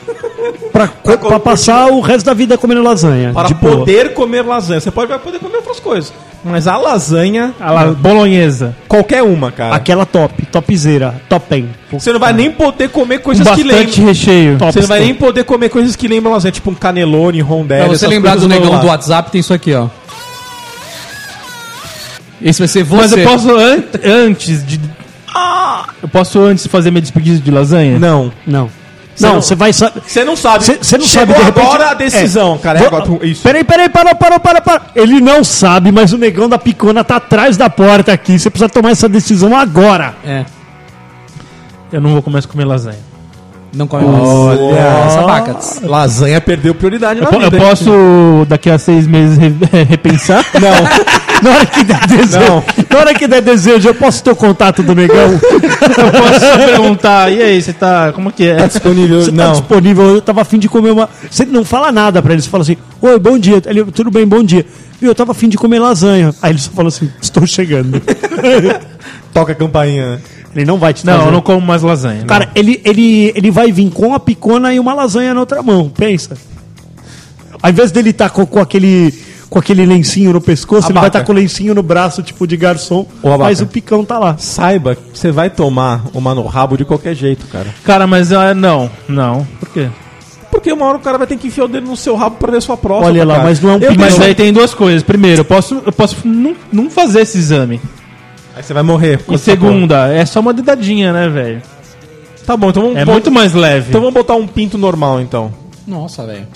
[SPEAKER 4] pra, pra, passar o resto da vida comendo lasanha.
[SPEAKER 3] Para
[SPEAKER 4] de boa.
[SPEAKER 3] poder comer lasanha. Você pode, vai poder comer outras coisas. Mas a lasanha,
[SPEAKER 5] A la bolonhesa.
[SPEAKER 3] qualquer uma, cara.
[SPEAKER 4] Aquela top, topzera, topen.
[SPEAKER 3] Você não vai nem poder comer coisas que
[SPEAKER 5] Bastante
[SPEAKER 3] lembram.
[SPEAKER 5] recheio.
[SPEAKER 3] Você não vai nem poder comer coisas que lembram lasanha, tipo um canelone, rondelli.
[SPEAKER 6] Pra você
[SPEAKER 3] essas
[SPEAKER 6] lembrar do
[SPEAKER 3] coisas
[SPEAKER 6] negão
[SPEAKER 3] lá.
[SPEAKER 6] do WhatsApp, tem isso aqui, ó. Esse vai ser você.
[SPEAKER 5] Mas eu posso an- antes de. Eu posso antes fazer minha despedida de lasanha?
[SPEAKER 3] Ah! Não.
[SPEAKER 4] Não.
[SPEAKER 3] não-
[SPEAKER 4] não, você vai saber.
[SPEAKER 3] Você não sabe.
[SPEAKER 4] Você não
[SPEAKER 3] Chegou
[SPEAKER 4] sabe de repente-
[SPEAKER 3] agora a decisão,
[SPEAKER 4] É.
[SPEAKER 3] cara. É
[SPEAKER 4] Vou-
[SPEAKER 3] agora, pum, isso.
[SPEAKER 4] Peraí, peraí, parou, parou, parou, parou. Ele não sabe, mas o negão da picona tá atrás da porta aqui. Você precisa tomar essa decisão agora.
[SPEAKER 6] É.
[SPEAKER 5] Eu não vou começar a comer lasanha.
[SPEAKER 6] Não come mais. Olha. Sabacas.
[SPEAKER 3] Lasanha perdeu prioridade
[SPEAKER 5] Eu,
[SPEAKER 3] na
[SPEAKER 5] po- eu
[SPEAKER 3] vida. hein?
[SPEAKER 5] posso, daqui a seis meses, re- (laughs) repensar?
[SPEAKER 3] (laughs) Não.
[SPEAKER 4] Na hora que der desejo,
[SPEAKER 3] Não.
[SPEAKER 4] na hora que der desejo, eu posso ter o contato do negão.
[SPEAKER 5] eu posso perguntar, e aí, você tá. Como que é?
[SPEAKER 3] disponível.
[SPEAKER 4] Você tá disponível, eu tava afim de comer uma. Você não fala nada pra ele, você fala assim, oi, bom dia. Ele, tudo bem, bom dia. Viu, eu tava afim de comer lasanha. Aí ele só fala assim, estou chegando.
[SPEAKER 3] Toca a campainha. né?
[SPEAKER 4] ele não vai te
[SPEAKER 5] Não,
[SPEAKER 4] trazer.
[SPEAKER 5] eu não como mais lasanha. né?
[SPEAKER 4] Cara, ele, ele, ele vai vir com a picona e uma lasanha na outra mão, pensa. Ao invés dele estar com, com aquele. Com aquele lencinho no pescoço, ele vai
[SPEAKER 3] Abaca.
[SPEAKER 4] estar com o lencinho no braço, tipo de garçom,
[SPEAKER 3] Ô, abaca.
[SPEAKER 4] mas o picão tá lá. (laughs)
[SPEAKER 3] Saiba que você vai tomar uma no rabo de qualquer jeito, cara.
[SPEAKER 5] Cara, mas ah, não, não. Por quê?
[SPEAKER 3] Porque uma hora o cara vai ter que enfiar o dedo no seu rabo pra ver sua próxima.
[SPEAKER 4] Olha lá,
[SPEAKER 3] cara.
[SPEAKER 4] mas não é um
[SPEAKER 3] Eu
[SPEAKER 4] pinto.
[SPEAKER 5] Mas
[SPEAKER 3] deixo-
[SPEAKER 5] aí tem duas coisas. Primeiro, eu posso, eu posso não, não fazer esse exame.
[SPEAKER 3] Aí você vai morrer.
[SPEAKER 5] E segunda, é só uma dedadinha, né, velho?
[SPEAKER 3] Tá bom, então vamos,
[SPEAKER 5] É
[SPEAKER 3] bo-
[SPEAKER 5] muito mais leve.
[SPEAKER 3] então vamos botar um pinto normal, então.
[SPEAKER 6] Nossa, velho.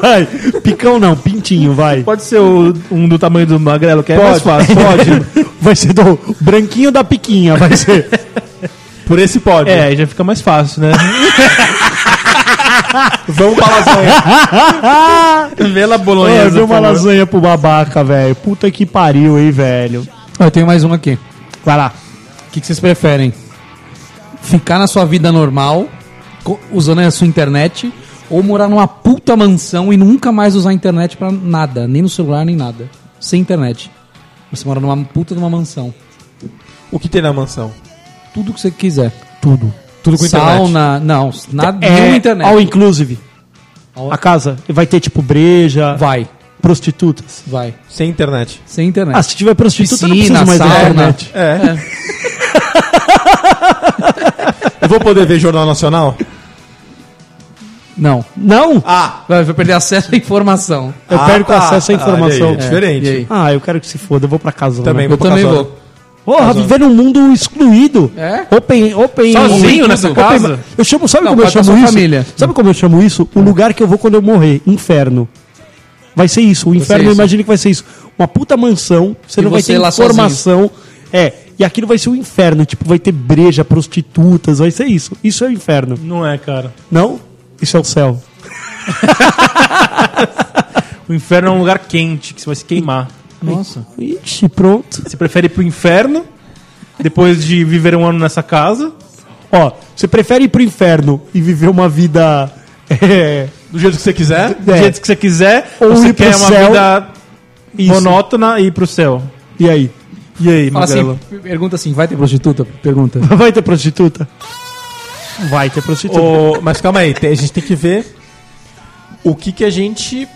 [SPEAKER 4] Vai, picão não, pintinho, vai.
[SPEAKER 5] Pode ser o- um do tamanho do magrelo, que é mais fácil.
[SPEAKER 4] pode. Vai ser do branquinho da piquinha, vai ser.
[SPEAKER 3] Por esse pode.
[SPEAKER 5] (laughs) É, aí já fica mais fácil, né?
[SPEAKER 3] Vamos pra lasanha.
[SPEAKER 5] Vela
[SPEAKER 4] Eu dei
[SPEAKER 5] bolonhesa.
[SPEAKER 4] uma
[SPEAKER 5] por favor.
[SPEAKER 4] lasanha pro babaca, velho. Puta que pariu, hein, velho.
[SPEAKER 6] Eu tenho mais uma aqui.
[SPEAKER 4] Vai lá.
[SPEAKER 6] O que, que vocês preferem? Ficar na sua vida normal, co- usando a sua internet, ou morar numa puta mansão e nunca mais usar a internet pra nada, nem no celular, nem nada. Sem internet. Você mora numa puta de uma mansão.
[SPEAKER 3] O que tem na mansão?
[SPEAKER 6] Tudo que você quiser.
[SPEAKER 4] Tudo.
[SPEAKER 6] Tudo com
[SPEAKER 3] internet.
[SPEAKER 6] Sauna, não, nada,
[SPEAKER 4] É,
[SPEAKER 6] nenhuma um internet.
[SPEAKER 4] All inclusive. A casa vai ter, tipo, breja,
[SPEAKER 6] Vai,
[SPEAKER 4] prostitutas.
[SPEAKER 6] vai.
[SPEAKER 3] Sem internet.
[SPEAKER 6] Sem internet.
[SPEAKER 4] Ah, se tiver prostituta, eu não
[SPEAKER 6] né? Piscina,
[SPEAKER 4] precisa mais da
[SPEAKER 6] sauna.
[SPEAKER 4] internet.
[SPEAKER 3] Eu vou poder ver Jornal Nacional?
[SPEAKER 6] Não.
[SPEAKER 4] Não?
[SPEAKER 3] (laughs) Ah!
[SPEAKER 6] Vai, vai perder acesso à informação.
[SPEAKER 4] Eu
[SPEAKER 3] Ah,
[SPEAKER 4] perco
[SPEAKER 3] tá.
[SPEAKER 4] acesso à
[SPEAKER 3] Ah,
[SPEAKER 4] informação.
[SPEAKER 3] olha aí, diferente.
[SPEAKER 6] É, e aí?
[SPEAKER 4] Ah, eu quero que se foda, eu vou pra casa.
[SPEAKER 3] Também
[SPEAKER 4] Né?
[SPEAKER 6] Eu
[SPEAKER 3] pra
[SPEAKER 6] também
[SPEAKER 3] casa.
[SPEAKER 6] vou.
[SPEAKER 4] Porra, viver num mundo excluído.
[SPEAKER 6] É?
[SPEAKER 4] Open, open.
[SPEAKER 5] Sozinho
[SPEAKER 4] open-
[SPEAKER 5] nessa
[SPEAKER 4] open-
[SPEAKER 5] casa?
[SPEAKER 4] Eu chamo, sabe
[SPEAKER 6] Não,
[SPEAKER 4] como eu
[SPEAKER 6] pode com a
[SPEAKER 4] chamo
[SPEAKER 6] sua
[SPEAKER 4] isso?
[SPEAKER 6] família.
[SPEAKER 4] Sabe como eu chamo isso? O lugar que eu vou quando eu morrer, inferno. Vai ser isso, o inferno,
[SPEAKER 6] ser
[SPEAKER 4] eu
[SPEAKER 6] isso.
[SPEAKER 4] imagino que vai ser isso. Uma puta mansão, você
[SPEAKER 6] E
[SPEAKER 4] não vai
[SPEAKER 6] você
[SPEAKER 4] ter
[SPEAKER 6] lá
[SPEAKER 4] informação. É, e aquilo vai ser o inferno, tipo, vai ter breja, prostitutas, vai ser isso. Isso é o inferno.
[SPEAKER 5] Não é, cara.
[SPEAKER 4] Não? Isso é o céu.
[SPEAKER 5] O inferno é um lugar quente que você vai se queimar.
[SPEAKER 6] Nossa.
[SPEAKER 4] Ixi, pronto.
[SPEAKER 5] Você prefere ir pro inferno depois de viver um ano nessa casa?
[SPEAKER 4] Ó, você prefere ir pro inferno e viver uma vida. (laughs) é,
[SPEAKER 3] Do jeito que você quiser.
[SPEAKER 5] Do
[SPEAKER 4] É.
[SPEAKER 5] jeito que você quiser,
[SPEAKER 4] Ou
[SPEAKER 5] ou você
[SPEAKER 4] ir pro
[SPEAKER 5] quer uma
[SPEAKER 4] céu.
[SPEAKER 5] vida
[SPEAKER 4] Isso.
[SPEAKER 5] monótona e ir pro céu.
[SPEAKER 4] E aí?
[SPEAKER 5] E aí,
[SPEAKER 6] Fala
[SPEAKER 5] Magrelo?
[SPEAKER 6] assim, pergunta assim, vai ter prostituta? Pergunta.
[SPEAKER 4] Vai ter prostituta? Vai ter prostituta.
[SPEAKER 3] Ô, mas calma aí, tem- a gente tem que ver o que que a gente.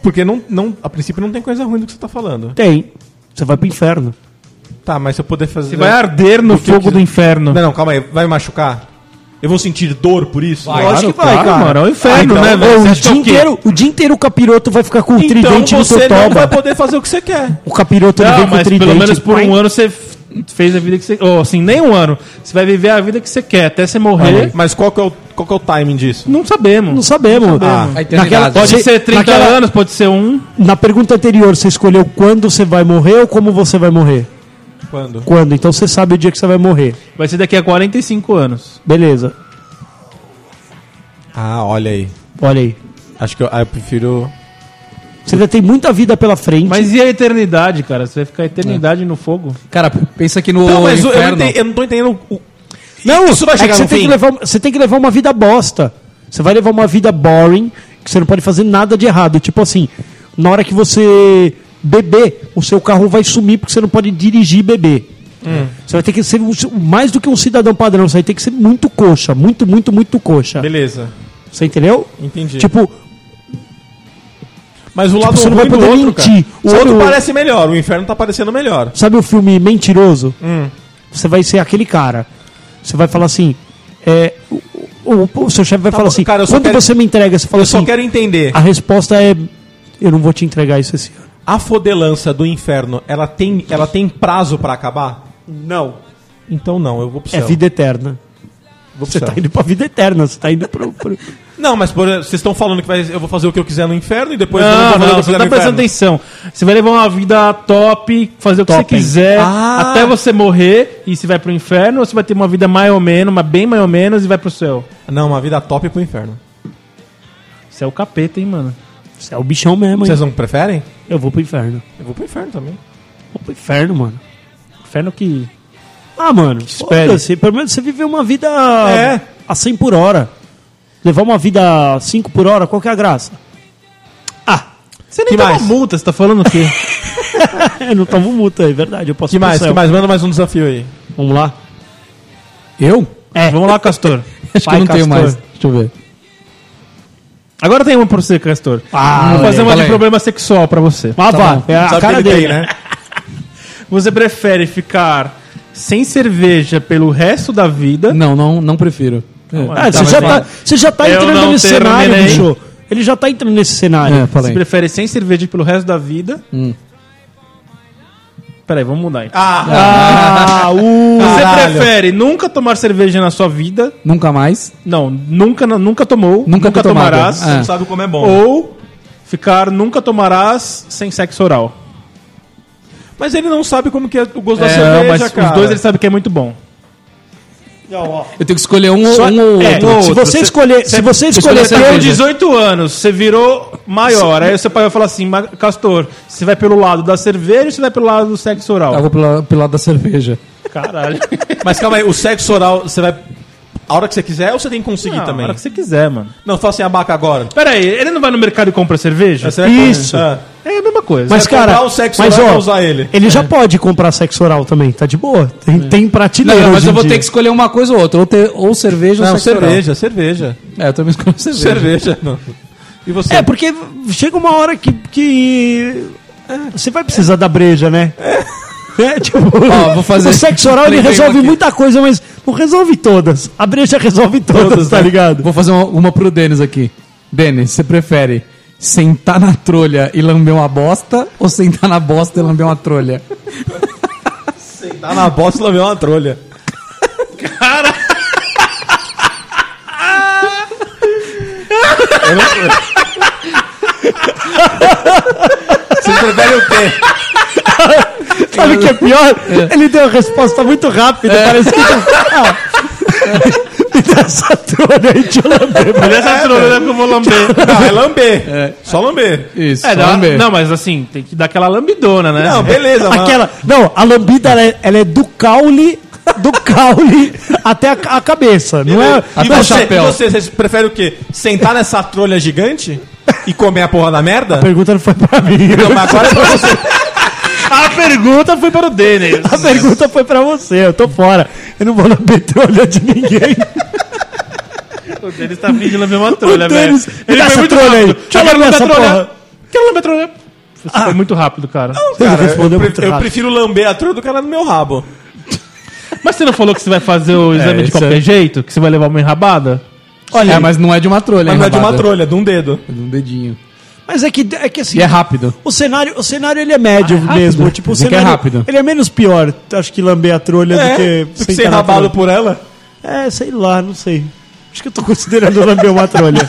[SPEAKER 3] Porque não, não, a princípio não tem coisa ruim do que você tá falando.
[SPEAKER 4] Tem. Você vai pro inferno.
[SPEAKER 3] Tá, mas se eu poder fazer.
[SPEAKER 5] Você vai arder no
[SPEAKER 3] O que eu
[SPEAKER 5] fogo
[SPEAKER 3] quiser.
[SPEAKER 5] do inferno.
[SPEAKER 3] Não, não, calma aí, vai me machucar? Eu vou sentir dor por isso?
[SPEAKER 5] Claro, claro, mano, é o inferno, né,
[SPEAKER 4] Ô, Ah,
[SPEAKER 5] velho? Você
[SPEAKER 4] então o,
[SPEAKER 5] acha que
[SPEAKER 4] dia
[SPEAKER 5] é o quê?
[SPEAKER 4] inteiro, o dia inteiro o capiroto vai ficar com o
[SPEAKER 3] Então
[SPEAKER 4] tridente no
[SPEAKER 3] você
[SPEAKER 4] totoba.
[SPEAKER 3] não vai poder fazer o que você quer.
[SPEAKER 4] O capiroto ele
[SPEAKER 5] Não,
[SPEAKER 4] vem com o
[SPEAKER 5] mas
[SPEAKER 4] tridente.
[SPEAKER 5] pelo menos por um
[SPEAKER 4] Ai,
[SPEAKER 5] ano você f- fez a vida que você. Ou assim, nem um ano. Você vai viver a vida que você quer, até você morrer.
[SPEAKER 3] Mas qual que é o, qual que é o timing disso?
[SPEAKER 5] Não sabemos.
[SPEAKER 4] Não sabemos.
[SPEAKER 6] A eternidade.
[SPEAKER 5] Pode
[SPEAKER 4] você-
[SPEAKER 5] ser 30
[SPEAKER 4] naquela-
[SPEAKER 5] anos, pode ser um.
[SPEAKER 4] Na pergunta anterior, você escolheu quando você vai morrer ou como você vai morrer?
[SPEAKER 3] Quando?
[SPEAKER 4] Quando? Então você sabe o dia que você vai morrer.
[SPEAKER 5] Vai ser daqui a 45 anos.
[SPEAKER 4] Beleza.
[SPEAKER 3] Ah, olha aí.
[SPEAKER 4] Olha aí.
[SPEAKER 3] Acho que eu, ah, eu prefiro.
[SPEAKER 4] Você ainda tem muita vida pela frente.
[SPEAKER 5] Mas e a eternidade, cara? Você vai ficar a eternidade no fogo?
[SPEAKER 6] Cara, pensa que no
[SPEAKER 3] Não, mas eu, eu,
[SPEAKER 6] inferno...
[SPEAKER 3] não ente- eu não tô entendendo o. o-
[SPEAKER 4] Não,
[SPEAKER 3] isso vai
[SPEAKER 4] é que
[SPEAKER 3] chegar
[SPEAKER 4] você
[SPEAKER 3] no
[SPEAKER 4] tem
[SPEAKER 3] fim.
[SPEAKER 4] que levar, você tem que levar uma vida bosta. Você vai levar uma vida boring, que você não pode fazer nada de errado. Tipo assim, na hora que você beber, o seu carro vai sumir porque você não pode dirigir e beber.
[SPEAKER 3] Hum.
[SPEAKER 4] Você vai ter que ser um ci- mais do que um cidadão padrão, você vai ter que ser muito coxa, muito, muito, muito coxa.
[SPEAKER 3] Beleza,
[SPEAKER 4] Você entendeu?
[SPEAKER 3] entendi.
[SPEAKER 4] Tipo,
[SPEAKER 3] mas o lado
[SPEAKER 4] você não vai
[SPEAKER 3] ruim do
[SPEAKER 4] poder
[SPEAKER 3] outro,
[SPEAKER 4] mentir.
[SPEAKER 3] cara. O
[SPEAKER 4] Sabe
[SPEAKER 3] outro
[SPEAKER 4] o-
[SPEAKER 3] parece melhor, o inferno tá parecendo melhor.
[SPEAKER 4] sabe o filme Mentiroso?
[SPEAKER 3] Hum.
[SPEAKER 4] Você vai ser aquele cara. Você vai falar assim. é, o, o- o seu chefe vai
[SPEAKER 3] Tá
[SPEAKER 4] falar
[SPEAKER 3] bom,
[SPEAKER 4] assim:
[SPEAKER 3] cara, eu só
[SPEAKER 4] quando
[SPEAKER 3] quero-
[SPEAKER 4] você me entrega, você
[SPEAKER 3] Eu
[SPEAKER 4] fala assim.
[SPEAKER 3] só quero entender.
[SPEAKER 4] A resposta é: eu não vou te entregar isso esse ano.
[SPEAKER 3] A fodelança do inferno, ela tem, ela tem prazo pra acabar? Não. Então não, eu vou pro
[SPEAKER 4] É
[SPEAKER 3] céu.
[SPEAKER 4] vida eterna.
[SPEAKER 3] Vou pro
[SPEAKER 4] Você
[SPEAKER 3] céu.
[SPEAKER 4] tá indo pra vida eterna, você tá indo pro. pro-
[SPEAKER 3] Não, mas por- vocês estão falando que vai- eu vou fazer o que eu quiser no inferno e depois eu
[SPEAKER 5] Não,
[SPEAKER 3] vou fazer
[SPEAKER 5] não,
[SPEAKER 3] o que
[SPEAKER 5] você
[SPEAKER 3] eu
[SPEAKER 5] tá
[SPEAKER 3] quiser
[SPEAKER 5] prestando
[SPEAKER 3] no inferno.
[SPEAKER 5] atenção. Você vai levar uma vida top, fazer o que
[SPEAKER 4] Top,
[SPEAKER 5] você
[SPEAKER 4] hein?
[SPEAKER 5] quiser,
[SPEAKER 3] Ah.
[SPEAKER 5] até você morrer e se vai pro inferno, ou você vai ter uma vida mais ou menos, uma bem mais ou menos e vai pro céu.
[SPEAKER 3] Não, uma vida top pro inferno.
[SPEAKER 5] Você é o capeta, hein, mano?
[SPEAKER 4] Você é o bichão mesmo, hein?
[SPEAKER 3] Vocês não preferem?
[SPEAKER 4] Eu vou pro inferno.
[SPEAKER 3] Eu vou pro inferno também.
[SPEAKER 4] Vou pro inferno, mano.
[SPEAKER 5] Inferno que.
[SPEAKER 4] Ah, mano,
[SPEAKER 5] espere.
[SPEAKER 4] foda-se. Pelo menos você viveu uma vida
[SPEAKER 3] É.
[SPEAKER 4] a 100 por hora. Levar uma vida a 5 por hora, qual que é a graça? Ah,
[SPEAKER 5] Você nem
[SPEAKER 3] Que
[SPEAKER 5] toma
[SPEAKER 3] mais?
[SPEAKER 5] multa, você tá falando (laughs) o quê?
[SPEAKER 4] eu não tomo multa, (laughs) é verdade. Eu posso
[SPEAKER 3] Que
[SPEAKER 4] pro
[SPEAKER 3] mais?
[SPEAKER 4] céu.
[SPEAKER 3] Que mais? Manda mais um desafio aí.
[SPEAKER 4] Vamos lá.
[SPEAKER 6] Eu?
[SPEAKER 4] É.
[SPEAKER 5] Vamos lá, (laughs) Castor.
[SPEAKER 6] Acho
[SPEAKER 4] Vai,
[SPEAKER 6] que eu não tenho
[SPEAKER 4] Castor.
[SPEAKER 6] mais. Deixa eu ver.
[SPEAKER 5] Agora tem uma pra você, Castor.
[SPEAKER 4] Ah,
[SPEAKER 5] Vou fazer
[SPEAKER 6] olha aí,
[SPEAKER 5] uma
[SPEAKER 6] fala
[SPEAKER 5] de
[SPEAKER 6] aí.
[SPEAKER 5] problema sexual pra você.
[SPEAKER 4] Ah, vá.
[SPEAKER 6] bom.
[SPEAKER 4] É a
[SPEAKER 3] Sabe
[SPEAKER 4] cara
[SPEAKER 3] que ele
[SPEAKER 4] dele.
[SPEAKER 3] tem, né?
[SPEAKER 5] Você prefere ficar sem cerveja pelo resto da vida?
[SPEAKER 6] Não, não, não prefiro. É.
[SPEAKER 4] Ah,
[SPEAKER 5] Tá,
[SPEAKER 4] você, já tá,
[SPEAKER 5] mas fala.
[SPEAKER 4] você já tá
[SPEAKER 5] Eu
[SPEAKER 4] entrando
[SPEAKER 5] não
[SPEAKER 4] nesse
[SPEAKER 5] terminei.
[SPEAKER 4] cenário, bicho. Ele já tá entrando nesse cenário.
[SPEAKER 6] É,
[SPEAKER 5] Você
[SPEAKER 6] falei.
[SPEAKER 5] prefere sem cerveja pelo resto da vida?
[SPEAKER 6] Hum.
[SPEAKER 5] Peraí, vamos mudar então.
[SPEAKER 3] Ah,
[SPEAKER 4] Ah, o...
[SPEAKER 5] Você
[SPEAKER 3] Caralho.
[SPEAKER 5] prefere nunca tomar cerveja na sua vida?
[SPEAKER 6] Nunca mais.
[SPEAKER 5] Não, nunca, nunca tomou,
[SPEAKER 6] Nunca ter tomado.
[SPEAKER 5] tomarás.
[SPEAKER 6] É.
[SPEAKER 3] não sabe como é bom.
[SPEAKER 5] Ah. Ou ficar nunca tomarás sem sexo oral.
[SPEAKER 3] Mas ele não sabe como que é o gosto da
[SPEAKER 5] É,
[SPEAKER 3] cerveja,
[SPEAKER 5] mas
[SPEAKER 3] cara.
[SPEAKER 5] os dois ele sabe que é muito bom.
[SPEAKER 4] Não, ó.
[SPEAKER 6] Eu tenho que escolher um,
[SPEAKER 5] Só-
[SPEAKER 6] ou- um ou
[SPEAKER 5] é,
[SPEAKER 6] outro.
[SPEAKER 4] se você escolher, se você escolher
[SPEAKER 5] Você deu
[SPEAKER 4] perder,
[SPEAKER 5] 18 anos, você virou maior. Aí seu pai vai falar assim, "Ma- Castor, você vai pelo lado da cerveja ou você vai pelo lado do sexo
[SPEAKER 6] Eu
[SPEAKER 5] oral?
[SPEAKER 6] vou pelo, pelo lado da cerveja.
[SPEAKER 5] Caralho.
[SPEAKER 3] Mas calma aí, o sexo oral, você vai. A hora que você quiser ou você tem que conseguir
[SPEAKER 5] Não,
[SPEAKER 3] também?
[SPEAKER 5] a hora que você quiser, mano.
[SPEAKER 3] Não, fala assim, abaca agora.
[SPEAKER 5] Pera aí, ele não vai no mercado e compra cerveja?
[SPEAKER 3] Aí você vai
[SPEAKER 4] Isso.
[SPEAKER 3] comprar.
[SPEAKER 5] É a mesma coisa.
[SPEAKER 4] mas
[SPEAKER 3] vai comprar
[SPEAKER 4] cara,
[SPEAKER 3] o sexo
[SPEAKER 4] mas
[SPEAKER 3] oral e
[SPEAKER 4] ó,
[SPEAKER 3] vai usar ele.
[SPEAKER 4] já pode comprar sexo oral também, tá de boa. Tem, tem
[SPEAKER 6] Não,
[SPEAKER 4] prateleira.
[SPEAKER 6] mas
[SPEAKER 4] hoje
[SPEAKER 6] eu
[SPEAKER 4] em
[SPEAKER 6] vou
[SPEAKER 4] dia.
[SPEAKER 6] ter que escolher uma coisa ou outra. Ou, ter, ou cerveja
[SPEAKER 3] É.
[SPEAKER 6] ou
[SPEAKER 3] Não,
[SPEAKER 6] sexo oral.
[SPEAKER 3] cerveja, cerveja.
[SPEAKER 6] É, eu também escolho cerveja.
[SPEAKER 3] Cerveja. não. E você?
[SPEAKER 4] É, porque chega uma hora que. que é, você vai precisar da breja, né? (laughs) É, tipo,
[SPEAKER 6] Ó, vou fazer-
[SPEAKER 4] o sexo oral ele
[SPEAKER 6] Lembrei
[SPEAKER 4] resolve
[SPEAKER 6] aqui.
[SPEAKER 4] muita coisa, mas não resolve todas. A breja resolve todas, tá ligado?
[SPEAKER 6] Vou fazer uma, uma pro Denis aqui. Denis, você prefere sentar na trolha e lamber uma bosta ou sentar na bosta e lamber uma trolha?
[SPEAKER 3] Tá na bosta e lambeu uma trolha.
[SPEAKER 4] Sabe o que é pior? Ele deu a resposta muito rápida,
[SPEAKER 3] É.
[SPEAKER 4] parece que. Ah,
[SPEAKER 6] Ah.
[SPEAKER 4] me dá essa trolha aí, deixa eu lamber.
[SPEAKER 5] Mas essa trolha que eu vou lamber.
[SPEAKER 3] Não, é lamber. Só lamber.
[SPEAKER 6] Isso,
[SPEAKER 5] É, dá,
[SPEAKER 6] lamber.
[SPEAKER 5] não, mas assim, tem que dar aquela lambidona, né?
[SPEAKER 3] Não, beleza, mas-
[SPEAKER 4] Aquela. Não, a lambida ela é, ela é do caule, do caule até a, a cabeça. Não é.
[SPEAKER 3] E
[SPEAKER 6] Até o
[SPEAKER 3] você,
[SPEAKER 6] chapéu.
[SPEAKER 3] e você, você prefere o quê? Sentar nessa trolha gigante e comer a porra da merda?
[SPEAKER 4] A pergunta não foi pra mim.
[SPEAKER 3] Não, mas agora é pra você.
[SPEAKER 5] A pergunta foi para o Denis.
[SPEAKER 4] A pergunta foi pra você, eu tô fora. Eu não vou na petrolha de ninguém.
[SPEAKER 5] O Denis tá vindo lamber uma
[SPEAKER 4] O
[SPEAKER 5] trolha, velho.
[SPEAKER 4] Denis- Me Então dá essa trolha aí.
[SPEAKER 5] rápido.
[SPEAKER 4] Deixa eu
[SPEAKER 5] Eu quero
[SPEAKER 4] lamber
[SPEAKER 5] lamber a
[SPEAKER 4] essa
[SPEAKER 5] trolha.
[SPEAKER 4] porra.
[SPEAKER 5] Quero lamber a trolha. Você foi muito rápido, cara.
[SPEAKER 4] Você
[SPEAKER 3] Cara,
[SPEAKER 4] respondeu
[SPEAKER 3] eu, pre-
[SPEAKER 4] muito
[SPEAKER 3] eu
[SPEAKER 4] rápido.
[SPEAKER 3] prefiro lamber a trolha do cara no meu rabo.
[SPEAKER 5] Mas você não falou que você vai fazer o exame de
[SPEAKER 6] isso
[SPEAKER 5] qualquer
[SPEAKER 6] é-
[SPEAKER 5] jeito? Que você vai levar uma enrabada?
[SPEAKER 6] Olha, é, mas não é de uma trolha,
[SPEAKER 3] Mas
[SPEAKER 6] hein,
[SPEAKER 3] não é de uma
[SPEAKER 6] Rabada?
[SPEAKER 3] trolha, é de um dedo.
[SPEAKER 6] É de um dedinho.
[SPEAKER 4] Mas é que, é que assim.
[SPEAKER 6] E é rápido.
[SPEAKER 4] O cenário, o cenário ele é médio mesmo. Tipo, o
[SPEAKER 6] Dizem que é
[SPEAKER 4] cenário,
[SPEAKER 6] rápido.
[SPEAKER 4] Ele é menos pior, acho que lamber a trolha do que.
[SPEAKER 3] É, do que
[SPEAKER 4] sentar
[SPEAKER 3] ser
[SPEAKER 4] na
[SPEAKER 3] rabado
[SPEAKER 4] trolha.
[SPEAKER 3] por ela.
[SPEAKER 4] É, sei lá, não sei. Acho que eu tô considerando lamber uma trolha.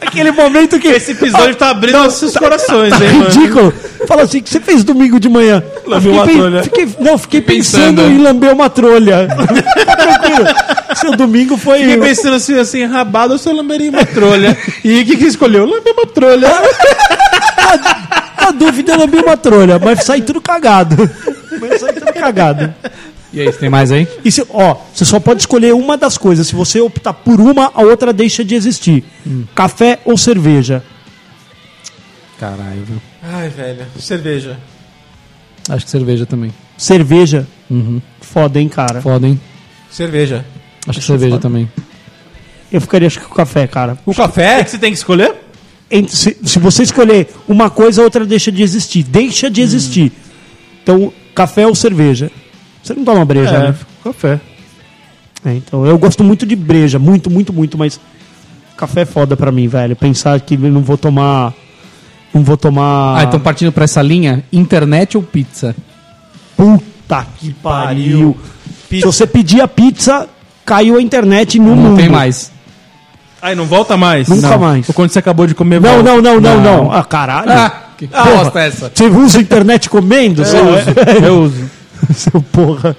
[SPEAKER 4] Aquele momento que.
[SPEAKER 5] Esse episódio tá abrindo nossos corações,
[SPEAKER 4] Tá
[SPEAKER 5] hein, mano?
[SPEAKER 4] ridículo. Fala assim, o que você fez domingo de manhã? Eu
[SPEAKER 3] Lambeu uma
[SPEAKER 4] pen-
[SPEAKER 3] trolha.
[SPEAKER 4] fiquei- não, fiquei pensando,
[SPEAKER 6] pensando.
[SPEAKER 4] em lamber uma trolha. Tá Tranquilo. Seu domingo foi...
[SPEAKER 5] Fiquei pensando assim, assim, enrabada, eu só lamberia uma trolha. E o que que escolheu? Lamber uma trolha.
[SPEAKER 4] A Tá dúvida, eu lambi uma trolha, mas saí tudo cagado. Mas saí tudo cagado.
[SPEAKER 6] E aí, você tem mais aí?
[SPEAKER 4] E se- ó, você só pode escolher uma das coisas. Se você optar por uma, a outra deixa de existir. Café ou cerveja?
[SPEAKER 6] Caralho, viu?
[SPEAKER 3] Ai, velho. Cerveja.
[SPEAKER 6] Acho que cerveja também.
[SPEAKER 4] Cerveja? Foda, hein, cara?
[SPEAKER 6] Foda, hein?
[SPEAKER 3] Cerveja.
[SPEAKER 6] Acho que cerveja também.
[SPEAKER 4] Eu ficaria, acho que com café, cara.
[SPEAKER 3] O
[SPEAKER 5] É
[SPEAKER 3] café?
[SPEAKER 5] que você tem que escolher?
[SPEAKER 4] Entre- se, se você escolher uma coisa, a outra deixa de existir. Deixa de existir. Então, café ou cerveja? Você não toma breja, né?
[SPEAKER 5] café.
[SPEAKER 4] É, então, eu gosto muito de breja, muito, muito, muito, mas café é foda pra mim, velho. Pensar que eu não vou tomar. Não vou tomar.
[SPEAKER 6] Ah, então partindo pra essa linha, internet ou pizza?
[SPEAKER 4] Puta que pariu. Se você pedir a pizza, caiu a internet no mundo.
[SPEAKER 6] Não tem mais.
[SPEAKER 5] Aí não volta mais?
[SPEAKER 4] Nunca
[SPEAKER 5] Não.
[SPEAKER 4] mais.
[SPEAKER 5] Ou quando você acabou de comer,
[SPEAKER 4] Não,
[SPEAKER 5] volta.
[SPEAKER 4] não, não, não, não. Ah, caralho.
[SPEAKER 6] Ah, que bosta é essa?
[SPEAKER 4] Você usa a internet comendo? Você usa.
[SPEAKER 5] Eu
[SPEAKER 4] (laughs)
[SPEAKER 5] uso.
[SPEAKER 4] Seu porra.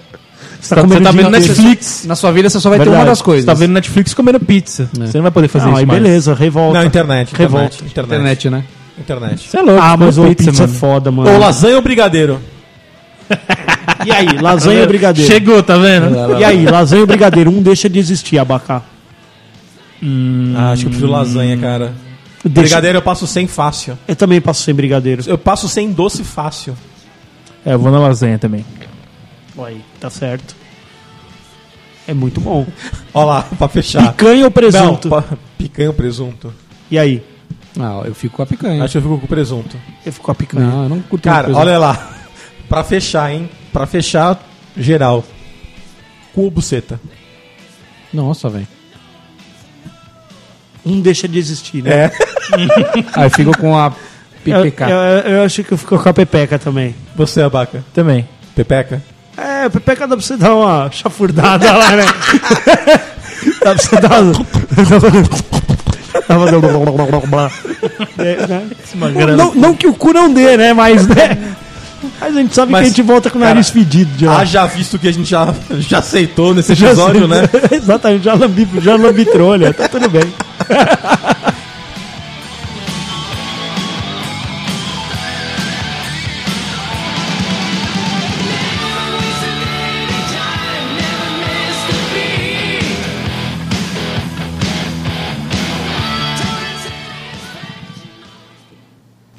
[SPEAKER 4] Você tá,
[SPEAKER 5] Você tá vendo
[SPEAKER 4] Netflix?
[SPEAKER 5] Netflix?
[SPEAKER 6] Na sua vida você só vai ter
[SPEAKER 4] Verdade.
[SPEAKER 6] uma das coisas.
[SPEAKER 5] Você tá vendo Netflix comendo pizza. Você não vai poder fazer
[SPEAKER 4] Não,
[SPEAKER 5] isso
[SPEAKER 4] aí
[SPEAKER 5] mais.
[SPEAKER 4] beleza, revolta.
[SPEAKER 3] Não, internet.
[SPEAKER 4] Revolta.
[SPEAKER 3] Internet. Internet.
[SPEAKER 6] internet, né?
[SPEAKER 3] internet.
[SPEAKER 5] Você é louco.
[SPEAKER 4] Ah, mas o
[SPEAKER 5] comeu
[SPEAKER 4] pizza, é
[SPEAKER 5] mano.
[SPEAKER 4] foda, mano.
[SPEAKER 3] Ou lasanha ou brigadeiro?
[SPEAKER 4] E aí, lasanha ou brigadeiro?
[SPEAKER 5] Chegou, tá vendo?
[SPEAKER 4] E aí, lasanha ou brigadeiro? Um deixa de existir, abacá.
[SPEAKER 3] Ah, acho que eu prefiro lasanha, cara.
[SPEAKER 4] Hum. Deixa-
[SPEAKER 3] Brigadeiro eu passo sem fácil.
[SPEAKER 4] Eu também passo sem brigadeiro.
[SPEAKER 3] Eu passo sem doce fácil.
[SPEAKER 5] É, eu vou na lasanha também.
[SPEAKER 4] Aí, tá certo. É muito bom.
[SPEAKER 3] Ó lá, (laughs) pra fechar.
[SPEAKER 4] Picanha ou
[SPEAKER 3] Não,
[SPEAKER 4] presunto?
[SPEAKER 3] pa- picanha ou presunto?
[SPEAKER 4] E aí?
[SPEAKER 6] Ah, eu fico com a picanha.
[SPEAKER 3] Acho que eu fico com presunto.
[SPEAKER 4] Eu fico com a picanha.
[SPEAKER 6] Não, eu não curto
[SPEAKER 3] Cara,
[SPEAKER 6] muito
[SPEAKER 3] olha lá. (laughs) Pra fechar, hein? Pra fechar, geral. Cu ou buceta?
[SPEAKER 6] Nossa, velho.
[SPEAKER 4] Um deixa de existir, né?
[SPEAKER 3] É.
[SPEAKER 6] Aí eu fico com a
[SPEAKER 4] Eu,
[SPEAKER 6] PPK.
[SPEAKER 4] eu- eu acho que eu fico com a pepeca também.
[SPEAKER 3] Você, abaca.
[SPEAKER 5] Também.
[SPEAKER 3] Pepeca?
[SPEAKER 4] É, a pepeca dá pra você dar uma chafurdada lá, né? (laughs) dá pra você dar uma... Dá pra dar uma- É, né? não, não que o cu não dê, né? Mas, né? Mas a gente sabe
[SPEAKER 3] Mas,
[SPEAKER 4] que a gente volta com o nariz
[SPEAKER 3] cara,
[SPEAKER 4] fedido já.
[SPEAKER 3] Haja visto que a gente já, (laughs) já aceitou nesse
[SPEAKER 4] Já-
[SPEAKER 3] episódio, né?
[SPEAKER 4] (laughs) Exatamente, já, lambi, já lambitrolha, tá tudo bem.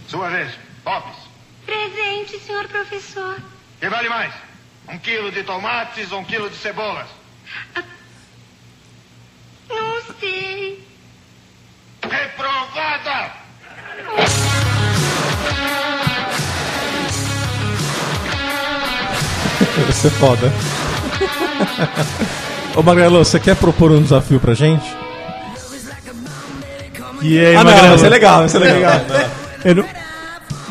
[SPEAKER 7] Sua vez, Lopes.
[SPEAKER 8] Presente, senhor professor.
[SPEAKER 7] Que vale mais? Um quilo de tomates ou um quilo de cebolas?
[SPEAKER 8] Não sei.
[SPEAKER 7] Reprovada!
[SPEAKER 3] Isso é foda. Ô Magrelo, você quer propor um desafio pra gente?
[SPEAKER 4] E aí,
[SPEAKER 3] ah, não, vai ser legal, vai ser legal.
[SPEAKER 4] Eu não-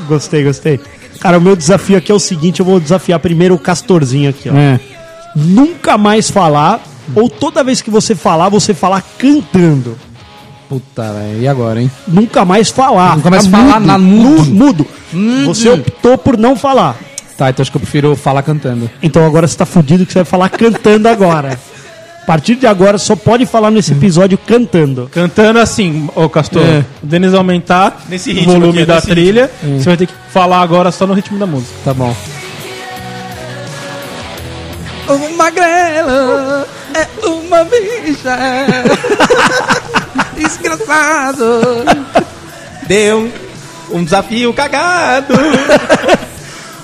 [SPEAKER 4] Gostei, gostei. Cara, o meu desafio aqui é o seguinte: eu vou desafiar primeiro o Castorzinho aqui,
[SPEAKER 3] Né?
[SPEAKER 4] ó.
[SPEAKER 6] É.
[SPEAKER 4] Nunca mais falar, ou toda vez que você falar, você falar cantando.
[SPEAKER 6] Puta, velho. E agora, hein?
[SPEAKER 4] Nunca mais falar.
[SPEAKER 6] Nunca mais
[SPEAKER 4] Ficar
[SPEAKER 6] falar, na-
[SPEAKER 4] nu-
[SPEAKER 6] mudo.
[SPEAKER 4] mudo. Você optou por não falar.
[SPEAKER 6] Tá, então acho que eu prefiro falar cantando.
[SPEAKER 4] Então agora você tá fudido que você vai falar cantando agora. A partir de agora, só pode falar nesse episódio cantando.
[SPEAKER 5] Cantando assim, ô Castor.
[SPEAKER 6] É.
[SPEAKER 5] O Denis aumentar
[SPEAKER 3] Nesse
[SPEAKER 5] o
[SPEAKER 3] ritmo É.
[SPEAKER 5] volume
[SPEAKER 3] aqui,
[SPEAKER 5] da
[SPEAKER 3] nesse
[SPEAKER 5] trilha. Você vai ter que falar agora só no ritmo da música.
[SPEAKER 6] Tá bom. O magrelo é uma (laughs) bicha. Desgraçado.
[SPEAKER 3] Deu um desafio cagado.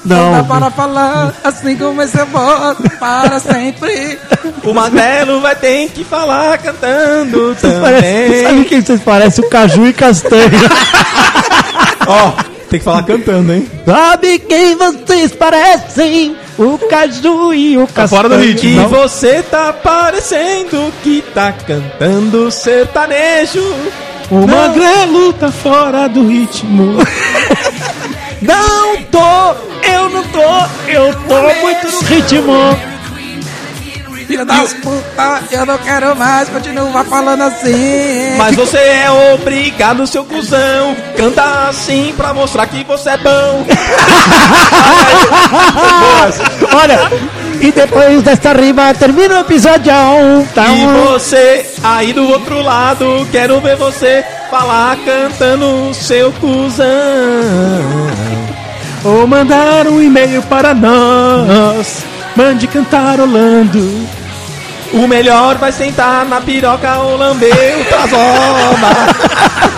[SPEAKER 4] Não.
[SPEAKER 6] falar assim como esse voto para sempre.
[SPEAKER 3] O Magrelo vai ter que falar
[SPEAKER 5] (laughs)
[SPEAKER 3] cantando
[SPEAKER 4] Parece, sabe quem vocês parecem? O Caju e Castanha.
[SPEAKER 3] Ó, tem que falar cantando, hein?
[SPEAKER 4] (laughs) sabe quem vocês parecem? O Caju e o Castanha.
[SPEAKER 5] fora do
[SPEAKER 3] Que
[SPEAKER 5] ritmo. Não.
[SPEAKER 3] você tá parecendo que tá cantando sertanejo.
[SPEAKER 4] O Magrelo
[SPEAKER 5] Magrelo tá fora do ritmo.
[SPEAKER 4] Não tô, eu não tô, eu tô muito no ritmo.
[SPEAKER 6] Filha das puta, eu não quero mais continuar falando
[SPEAKER 3] (laughs)
[SPEAKER 6] assim.
[SPEAKER 3] Mas você é obrigado, seu cuzão. Canta assim pra mostrar que você é bom.
[SPEAKER 4] Olha, e depois desta rima termina o episódio. Tá
[SPEAKER 3] E
[SPEAKER 5] Ah.
[SPEAKER 3] você aí do outro lado, quero ver você falar cantando seu cuzão.
[SPEAKER 5] Ou mandar um e-mail para nós. Mande cantarolando.
[SPEAKER 3] O melhor vai sentar na piroca ou lamber o trasoma.